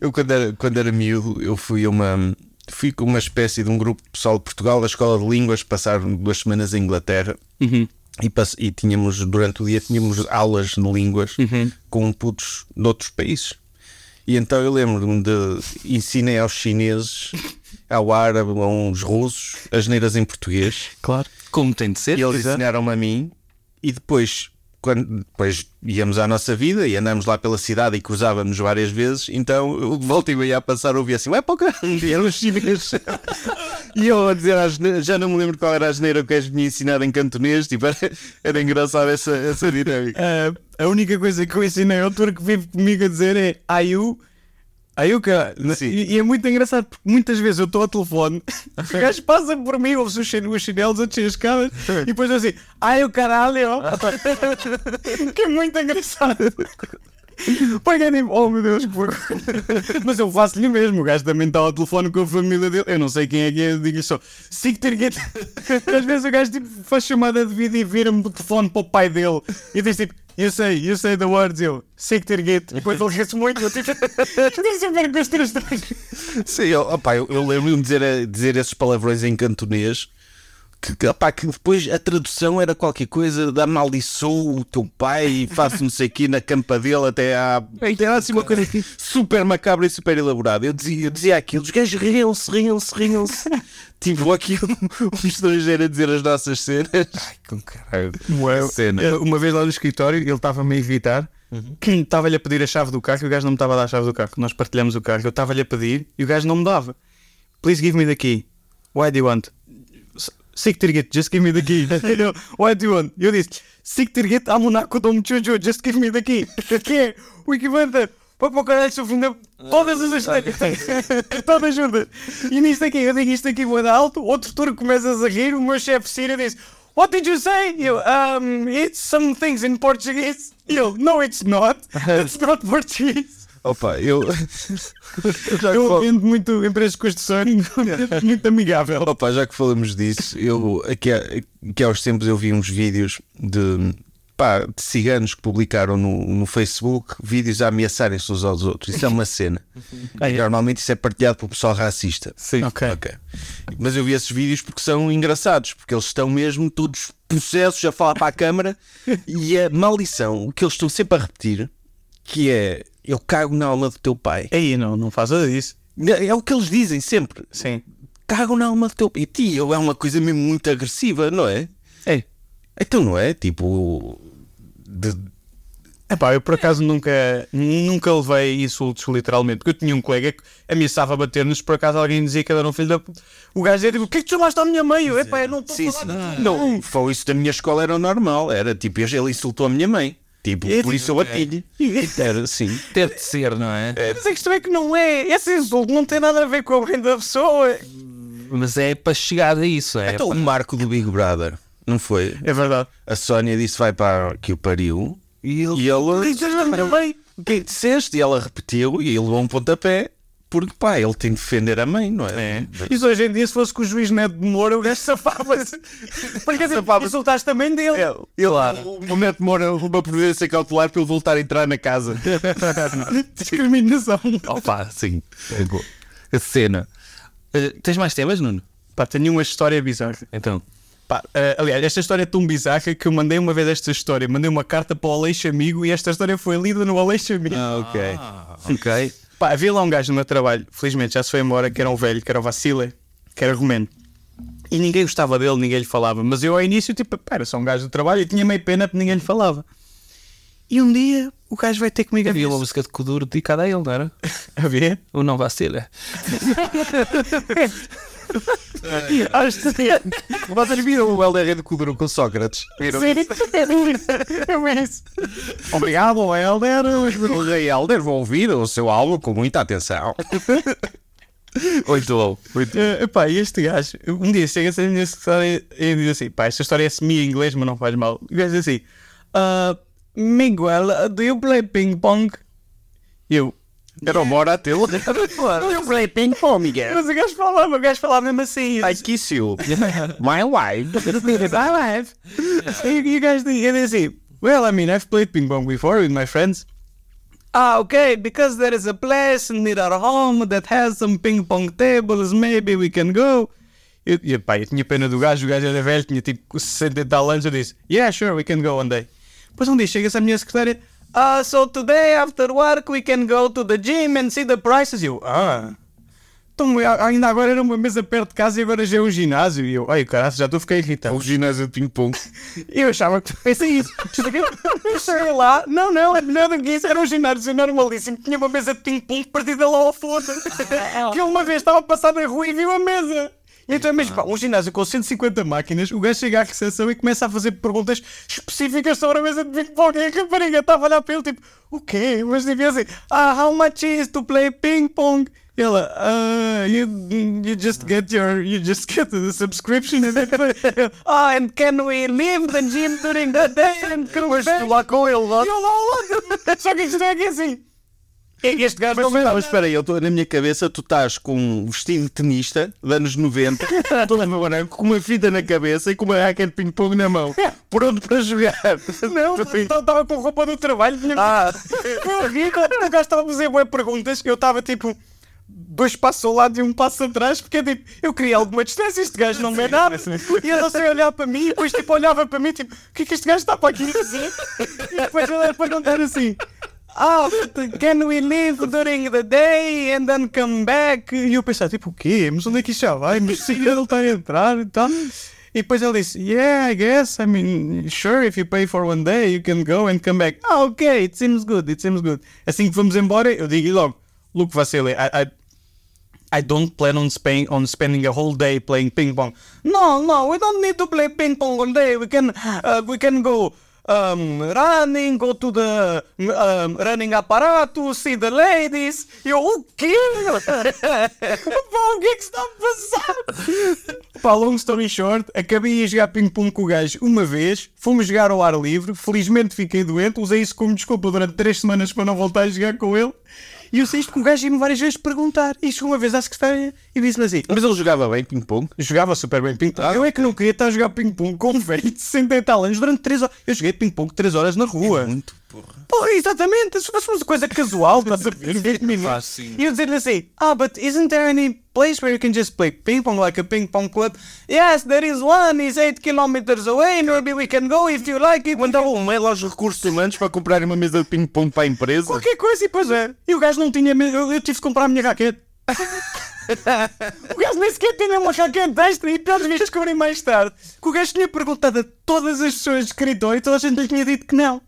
Eu quando era, quando era miúdo, eu fui a uma fui com uma espécie de um grupo de pessoal de Portugal da Escola de Línguas, passaram duas semanas em Inglaterra e, pass- e tínhamos durante o dia tínhamos aulas de línguas com putos de outros países. E então eu lembro-me de ensinei aos chineses, ao árabe, a uns russos, as neiras em português. Claro. Como tem de ser. é. E eles ensinaram-me a mim e depois, quando depois íamos à nossa vida e andámos lá pela cidade e cruzávamos várias vezes, então eu de volta e meia a passar ouvia assim, ué, para o caralho, eram os chineses. e eu a dizer, à asne- já não me lembro qual era a geneira que eles me ensinaram em cantonês, tipo, era, era engraçado essa, essa dinâmica. Ah, a única coisa que eu ensinei ao turco que vive comigo a dizer é Ayu. Ayu, cara. Sim. E, e é muito engraçado porque muitas vezes eu estou ao telefone, o gajo passa por mim, ouve-se os chin- os chinelos a descer as escadas e depois eu assim, Ayu, caralho. que é muito engraçado. Paguei oh meu Deus, que porco. Mas eu faço-lhe mesmo. O gajo também está ao telefone com a família dele. Eu não sei quem é que é, eu digo-lhe só Sigtirgit. Às vezes o gajo tipo, faz chamada de vídeo e vira-me o telefone para o pai dele. E diz tipo, eu sei, eu sei the words, eu Sigtirgit. Depois ele ri-se muito. Eu tipo, eu sempre com as três três. Sim, eu, opá, eu, eu lembro-me de dizer, a- dizer esses palavrões em cantonês. Que, que, opá, que depois a tradução era qualquer coisa da maldiçou o teu pai e faço não sei o quê na campa dele até à. Até era assim uma coisa super macabra e super elaborada. Eu dizia, eu dizia aquilo, os gajos riam-se, riam-se, riam-se. tipo aqui um estrangeiro a dizer as nossas cenas. Ai, com caralho. é? Ué, Cena. eu- é Uhum. Uma vez lá no escritório, ele estava-me a irritar. Estava-lhe a pedir a chave do carro e o gajo não me estava a dar a chave do carro. Nós partilhamos o carro. Eu estava-lhe a pedir e o gajo não me dava. Please give me the key. Why do you want? Sick target, just give me the key. Eu, Why do you want? Eu disse, sick target, a Monaco dom chuchu, just give me the key. Que é o equivalente a, vai para o caralho, se ofendeu todas as histórias. todas juntas. E nisto aqui, eu digo isto aqui, vou dar alto, outro turco começa a rir, o meu chefe Cira disse, What did you say? E Eu, um, it's some things in Portuguese. E Eu, no, it's not. It's not Portuguese. Opa, eu. Eu vendo muito empresas de construção, muito amigável. Opa, já que falamos disso, eu aqui há, aqui há uns tempos eu vi uns vídeos de pá, de ciganos que publicaram no, no Facebook vídeos a ameaçarem-se uns aos outros. Isso é uma cena. E Normalmente isso é partilhado pelo pessoal racista. Sim. Ok. Mas eu vi esses vídeos porque são engraçados, porque eles estão mesmo todos possessos a falar para a câmara e a maldição, o que eles estão sempre a repetir, que é eu cago na alma do teu pai. Aí não, não faz nada disso. É, é o que eles dizem sempre. Sim. Cagam na alma do teu pai. E tio, é uma coisa mesmo muito agressiva, não é? É. Então não é? Tipo. de- Epá, eu por acaso nunca, nunca levei insultos literalmente, porque eu tinha um colega que ameaçava bater-nos, por acaso alguém dizia que ele era um filho da puta. O gajo dizia tipo, o que é que tu chamaste à minha mãe? Eu, é. Epá, eu não estou a falar. Não, foi isso da minha escola era o normal. Era tipo, ele insultou a minha mãe. Tipo, É, por tipo, isso eu bati-lhe. Era assim. Teve de ser, não é? Mas a questão é que não é. Esse insulto não tem nada a ver com a mãe da pessoa. Mas é para chegar a isso, é? Então o marco do Big Brother, não foi? É verdade. A Sónia disse vai para que o pariu. E ele- E ele. Dizes na minha mãe. O que é que disseste? E ela repetiu e ele levou um pontapé. Porque pá, ele tem de defender a mãe, não é? Isso hoje em dia, se fosse com o juiz Neto de Moura, o gajo safava-se. Porque assim, insultaste também dele. E lá, o Neto demora uma providência cautelar para ele voltar a entrar na casa. Discriminação. Opa, sim. A cena. Eh, tens mais temas, Nuno? Pá, tenho uma história bizarra. Então. Pá, eh, aliás, esta história é tão bizarra que eu mandei uma vez esta história, mandei uma carta para o Aleixo Amigo e esta história foi lida no Aleixo Amigo. Ah, ok. Ok. Pá, havia lá um gajo no meu trabalho, felizmente já se foi embora, que era um velho, que era o Vacile, que era romeno. E ninguém gostava dele, ninguém lhe falava. Mas eu ao início, tipo, pá, era só um gajo do trabalho e tinha meio pena porque ninguém lhe falava. E um dia o gajo vai ter comigo a Havia ver. uma música de Kuduro dedicada a ele, não era? A ver? O Não é. Vacila. Acho que Vocês viram o LR de Kuduro com Sócrates? Eu mereço. Obrigado, Helder. O Rei Helder vão ouvir o seu álbum com muita atenção. Oito ou oito. Eh, Epá, e este gajo, um dia chega-se a minha secretária e diz assim: pá, esta história é semi-inglês, mas não faz mal. O gajo diz assim: "Ah, Miguel, uh, do you play ping-pong? E eu, Era o Mora tê-lo. Eu falei ping-pong, Miguel. Mas o gajo falava, o gajo falava mesmo assim. I kiss you. My wife. I have. E e o gajo diz ele diz assim: Well, I mean, I've played ping-pong before with my friends. Ah, ok, because there is a place near our home that has some ping-pong tables, maybe we can go. Eu, e, pá, eu tinha pena do gajo, o gajo era velho, tinha tipo 60 e tal anos. Eu disse: Yeah, sure, we can go one day. Depois um dia chega-se à minha secretária: Ah, so today after work we can go to the gym and see the prices. E eu, ah. Então, a- ainda agora era uma mesa perto de casa e agora já é um ginásio. E eu, ai, caralho, já estou a ficar irritado. É O ginásio de ping-pong. Eu achava que pensei isso. é um- Eu cheguei lá, não, não, é melhor do que isso. Era um ginásio normalíssimo. Tinha uma mesa de ping-pong perdida lá ao fundo. que ele uma vez estava a passar na rua e viu a mesa. E Então é mesmo, pá, um ginásio com 150 máquinas, o gajo chega à recepção e começa a fazer perguntas específicas sobre a mesa de ping-pong. E a rapariga estava a olhar para ele, tipo, o quê? Mas devia assim, ah, how much is to play ping-pong? E ela, ah, you, you just get your, you just get the subscription. And then, ah, and can we leave the gym during the day? And can we back?" lá com ele. Lá. E eu lá ao lado. Só que isto é aqui assim. Este gajo Mas, não vê mas, espera aí, eu estou na minha cabeça, tu estás com um vestido de tenista de anos 90, todo branco, com uma fita na cabeça e com uma raquete de ping-pong na mão. É. Pronto para jogar. Não, estava com roupa do trabalho. Tinha... Ah. Foi horrível. O gajo estava a fazer boas perguntas. Eu estava tipo. Dois passos ao lado e um passo atrás, porque é eu, tipo, eu queria alguma distância. Este gajo não me é nada. E ele só ia olhar para mim, e depois tipo, olhava para mim, tipo, o que é que este gajo está para aqui dizer? E depois ele era perguntar assim: Ah, but can we leave during the day and then come back? E eu pensava, tipo, o quê? Mas onde é que isto já vai? Mas se ele está a entrar e tal. E depois ele disse, yeah, I guess, I mean, sure, if you pay for one day, you can go and come back. Ah, ok, it seems good, it seems good. Assim que vamos embora, eu digo logo, Luke Vasily, I, I, I don't plan on, spend, on spending a whole day playing ping pong. No, no, we don't need to play ping pong all day. We can, uh, we can go um, running, go to the um, running aparatus, see the ladies. Eu, o quê? Pá, o que é que está a passar? Pá, long story short, acabei a jogar ping pong com o gajo uma vez. Fomos jogar ao ar livre. Felizmente fiquei doente. Usei isso como desculpa durante três semanas para não voltar a jogar com ele. E eu sei isto com um gajo e me várias vezes perguntar. E chegou uma vez à secretária e disse-me assim: Mas ele jogava bem ping-pong. Jogava super bem ping-pong. Eu é que não queria estar a jogar ping-pong com um velho de 60 e tal anos durante 3 horas. Eu joguei ping-pong 3 horas na É rua. muito, porra. exatamente. Se fosse uma coisa casual, estás a ver? 20 minutos. E eu dizer-lhe assim: Ah, but isn't there any place where you can just play ping-pong like a ping-pong club? Yes, there is one. It's 8 kilometers away. Maybe we can go if you like it. Mandava um mail aos recursos humanos para comprarem uma mesa de ping-pong para a empresa. Qualquer coisa e pois é. E o gajo não tinha. me- Eu, eu tive de comprar a minha raquete. o gajo nem sequer tinha uma raquete extra e piores vezes descobri mais tarde que o gajo tinha perguntado a todas as pessoas de escritório e toda a gente lhe tinha dito que não.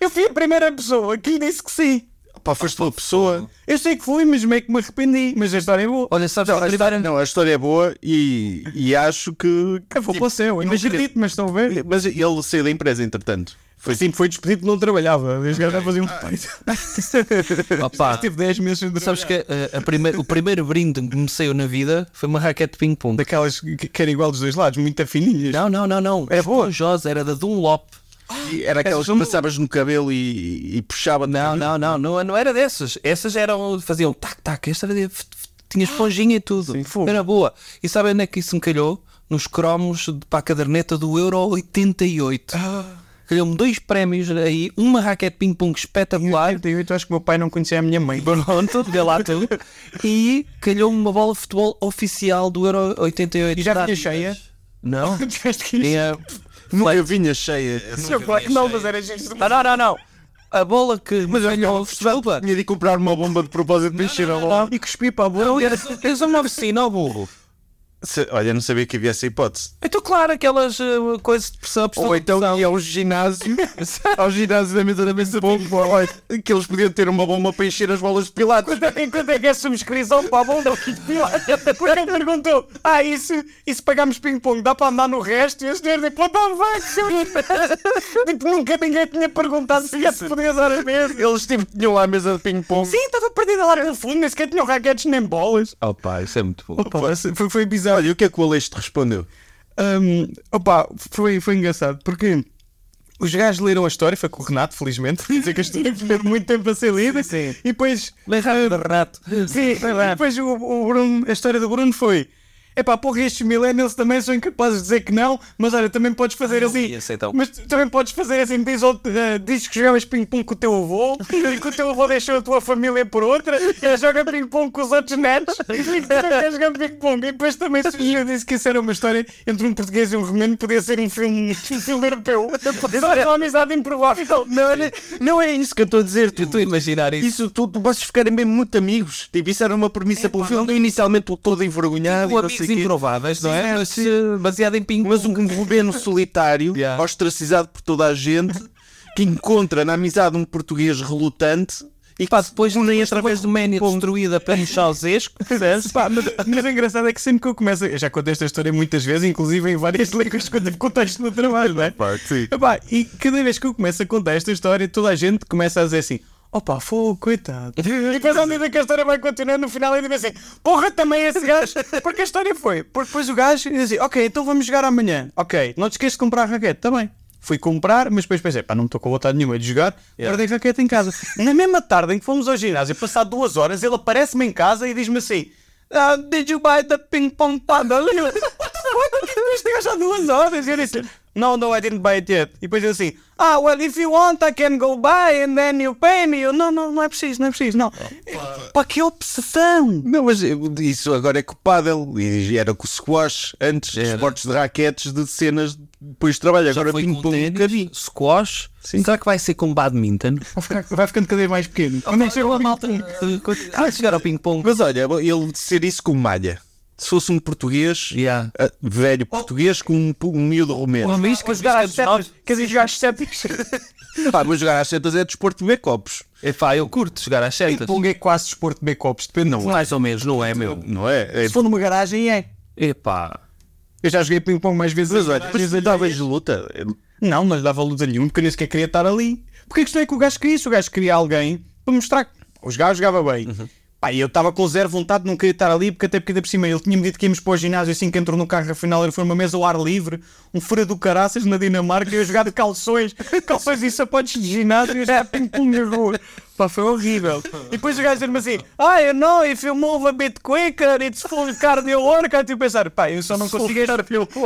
Eu fui a primeira pessoa que lhe disse que sim. Pá, foste uma pessoa. Eu sei que fui, mas meio que me arrependi. Mas a história é boa. Olha, sabes que Não, a história é boa e, e acho que. eu É, vou para o céu, tipo, eu não imagina- acredito, mas estão a ver? Mas ele saiu da empresa, entretanto. Foi Sim, foi despedido que não trabalhava. Os gajos já faziam um Opa. Teve 10 meses sem trabalhar. Sabes que eh, a primeir- o primeiro brinde que me saiu na vida foi uma raquete de ping-pong. Daquelas que que era igual dos dois lados, muito fininhas. Não, não, não, não. É boa. Esponjosa, era da Dunlop. É, Era aquelas que passavas no cabelo e, e puxava. Não, não, não, não, não era dessas. Essas eram, faziam tac, tac, esta era de- f- f- tinha esponjinha e tudo. Ah, fogo. era boa. E sabem onde é que isso me calhou? Nos cromos de, para a caderneta do Euro 88. Ah. Calhou-me dois prémios aí, uma raquete ping-pong espetacular. 88, acho que o meu pai não conhecia a minha mãe. Pronto, vê lá tudo. E calhou-me uma bola de futebol oficial do Euro 88. E já Dá- vinha cheia? Não. Tiveste que ir. Tinha Nunca vinha cheia. Não, claro que não, mas era gente do Ah, não, não, não. A bola que. Mas eu desculpa. Tinha de ir comprar uma bomba de propósito para encher a Ah, logo. E cuspi para a boca. Não, era- Eles são uma oficina ao burro. Olha, não sabia que havia essa hipótese. Então, claro, aquelas eh, coisas de pressão, Ou então ia ao ginásio, ao ginásio da mesa da mesa ping-pong, olha, que eles podiam ter uma bomba para encher as bolas de pilates. Enquanto é que é subscrição para a bunda, porque ele perguntou: Ah, isso, isso pagámos ping-pong, dá para andar no resto? E a senhora tipo: Dá vaca! Tipo, nunca ninguém tinha perguntado se ia se podia dar a mesa. Eles tipo, tinham lá a mesa de ping-pong. Sim, estava perdida lá no fundo, nem sequer tinham raquetes nem bolas. Oh, pá, isso é muito bom. Foi, foi bizarro. Olha, e o que é que o Aleixo te respondeu? Hum, opa, foi, foi engraçado porque os gajos leram a história, foi com o Renato, felizmente, quer dizer que a história teve muito tempo a ser lida. Sim. E depois. ah, Renato. Sim, e depois o, o Bruno, a história do Bruno foi. Epá, porra, estes millennials também são incapazes de dizer que não, mas olha, também podes fazer assim. e aceitão. Mas tu também podes fazer assim, diz, ao- eh, diz que jogavas ping-pong com o teu avô, e que o teu avô deixou a tua família por outra, e joga ping-pong com os outros netos, e que tu queres jogar ping-pong. E depois também surgiu, disse que isso era uma história entre um português e um romeno, podia ser um filme, um filme europeu. Só uma amizade improvável. Não, era- não é isso que eu estou a dizer. Tu, Eu estou a imaginar isso. Isso tudo, vocês ficarem mesmo muito amigos. Tipo, isso era uma premissa para o filme. Inicialmente o todo envergonhado Com e não sei amigos quê. improváveis, não é? Mas, eh, baseado em ping Mas um romeno solitário, Yeah. ostracizado por toda a gente, que encontra na amizade um português relutante e Pá, depois, nem através do Ménia destruída para inchar os esco. Pá, mas, mas o engraçado é que sempre que eu começo. Eu já contei esta história muitas vezes, inclusive em várias línguas, quando eu conto isto no trabalho, não é? Epá, e cada vez que eu começo a contar esta história, toda a gente começa a dizer assim: opa, fogo, coitado. E depois, à medida que a história vai continuando, no final ainda diz assim: porra, também esse gajo. Porque a história foi: porque depois o gajo diz assim: ok, então vamos jogar amanhã. Ok, não te esqueças de comprar a raquete, está bem. Fui comprar, mas depois pensei, pá, não estou com vontade nenhuma de jogar, guardei a raquete em casa. Na mesma tarde em que fomos ao ginásio, passado duas horas, ele aparece-me em casa e diz-me assim: ah, Did you buy the ping pong paddle? E eu, What the fuck? Que Este gajo há duas horas. E eu disse: No, no, I didn't buy it yet. E depois eu assim: Ah, well, if you want, I can go buy and then you pay me. E Eu, não, não, não é preciso, não é preciso, não. Pá, que obsessão! Não, mas eu- isso agora é com o pádel e era com o squash, antes esportes de raquetes, de cenas, depois de trabalho, agora foi com ping-pong. um ténis, squash. Será que vai ser com badminton? Vai, ficar- vai ficando cada vez mais pequeno. Quando é que chega lá, malta? Ah, chegar ao ping-pong. Mas olha, ele ser isso com malha. Se fosse um português, Yeah. ah, velho português, com um, pu- um miúdo romeno. Homens que Jogar às setas. Quer dizer, jogar às setas. Ah, mas jogar às setas é desporto de beber copos. Epá, Ah, eu curto chegar às setas. Pong é quase desporto de backups, depende não. Mais ou menos, não é, meu? Não é? é Se for numa garagem, é. Epá. Eu já joguei ping-pong mais vezes. é mas olha, mas davas luta. Não, mas dava luta nenhuma, porque eu nem sequer queria estar ali. Porque a questão é que o gajo queria isso. O gajo queria alguém para mostrar que os gajos jogava bem. Pá, e eu estava com zero vontade, não queria estar ali, porque até porque ainda por cima ele tinha-me dito que íamos para o ginásio assim que entrou no carro, afinal ele foi uma mesa ao ar livre, um fura do caraças na Dinamarca, eu a jogar de calções, calções e sapatos de ginásio, eu já ping-pong na rua. Pá, foi horrível. E depois o gajo dizer-me assim, ah, eu não, if you move a bit quicker, it's full cardio workout. E eu tipo, pensar, pá, eu só não consigo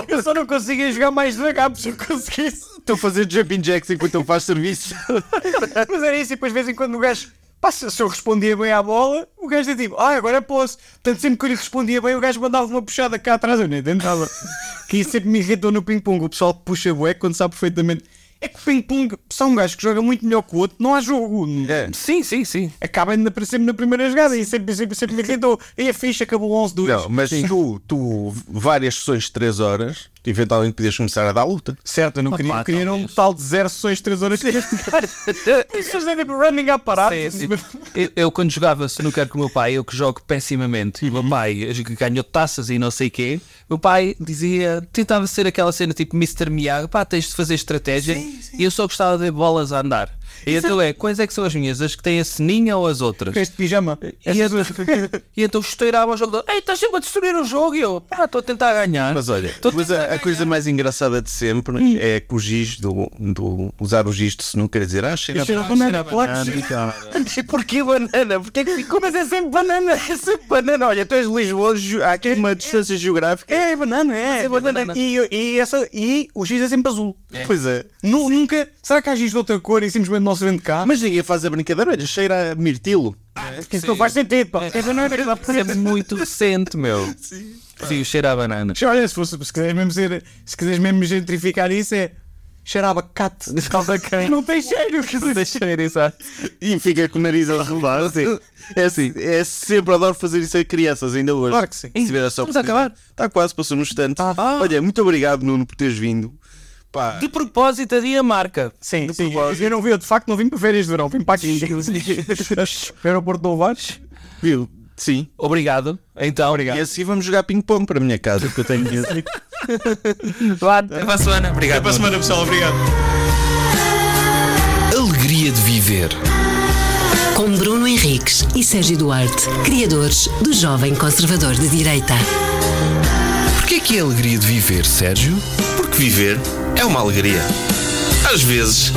eu só não conseguia jogar mais devagar, porque se eu conseguisse. Estou a fazer jumping jacks enquanto ele faz serviço. Mas era isso, e depois de vez em quando o gajo. Pá, se se eu respondia bem à bola, o gajo dizia tipo, ah, agora posso. Portanto, sempre que eu lhe respondia bem, o gajo mandava uma puxada cá atrás, eu nem tentava. que isso sempre me irritou no ping-pong. O pessoal que puxa bué quando sabe perfeitamente. É que o ping-pong, se há um gajo que joga muito melhor que o outro, não há jogo. É. Sim, sim, sim. Acaba ainda para sempre na primeira jogada e sempre, sempre, sempre me irritou. E a ficha acabou 11 2 Não, mas tu, tu, várias sessões de 3 horas, eventualmente podias começar a dar luta. Certo, eu não então queria, queria era um total de 0 sessões, 3 horas. eh, Isso é tipo running à parada. Eu, eu quando jogava snooker com o meu pai, eu que jogo pessimamente, e o meu pai ganhou taças e não sei quê, meu pai dizia, tentava ser aquela cena tipo Mr. Miyagi, pá, tens de fazer estratégia, e eu só gostava de bolas a andar. E então é, quais é que são as minhas? As que têm a ceninha ou as outras? Este pijama. E, a- e então esteirava o jogo, ei, estás sempre a destruir o jogo, e eu, pá, estou a tentar ganhar. tipo, Mas olha, Tô mas a, a coisa mais engraçada de sempre é que o giz do, do- usar o giz de snooker e dizer, ah, cheira Cheira a banana, então. claro que cheira. E porquê banana? Porquê que ficou? Mas é sempre banana, é sempre banana. Olha, tu és de Lisboa, ju- ah, há é aqui uma distância geográfica. É, é banana, é. é banana. E, e, essa, e o giz é sempre azul. Pois é. Nu- nunca. Será que há giz de outra cor e simplesmente não se vende cá? Mas ninguém faz a brincadeira, olha, cheira a mirtilo. isso não faz sentido, pá. É banana, claro. Mas é muito recente, meu. Sim. Sim, o cheiro à banana. Olha, se, fosse, se, quiseres mesmo ser, se quiseres mesmo gentrificar isso, é. Cheira a abacate. Não tem cheiro. quer dizer. Cheiro, exato. E fica com o nariz a rodar, assim. É assim, é sempre adoro fazer isso a crianças, ainda hoje. Claro que sim. Se tiver essa Vamos acabar? Está quase, passou no instante. Olha, muito obrigado, Nuno, por teres vindo. Pá, De propósito, a Dinamarca. Sim, sim. Eu não vi, eu de facto não vim para férias de verão, vim para aqui. Aeroporto de Ovares. viu? Sim. Obrigado. Então, E obrigado. assim vamos jogar ping-pong para a minha casa, porque eu tenho medo. Até para a semana. Obrigado. Alegria de viver. Com Bruno Henriques e Sérgio Duarte, criadores do Jovem Conservador de Direita. Porquê que é alegria de viver, Sérgio? Porque viver é uma alegria. Às vezes.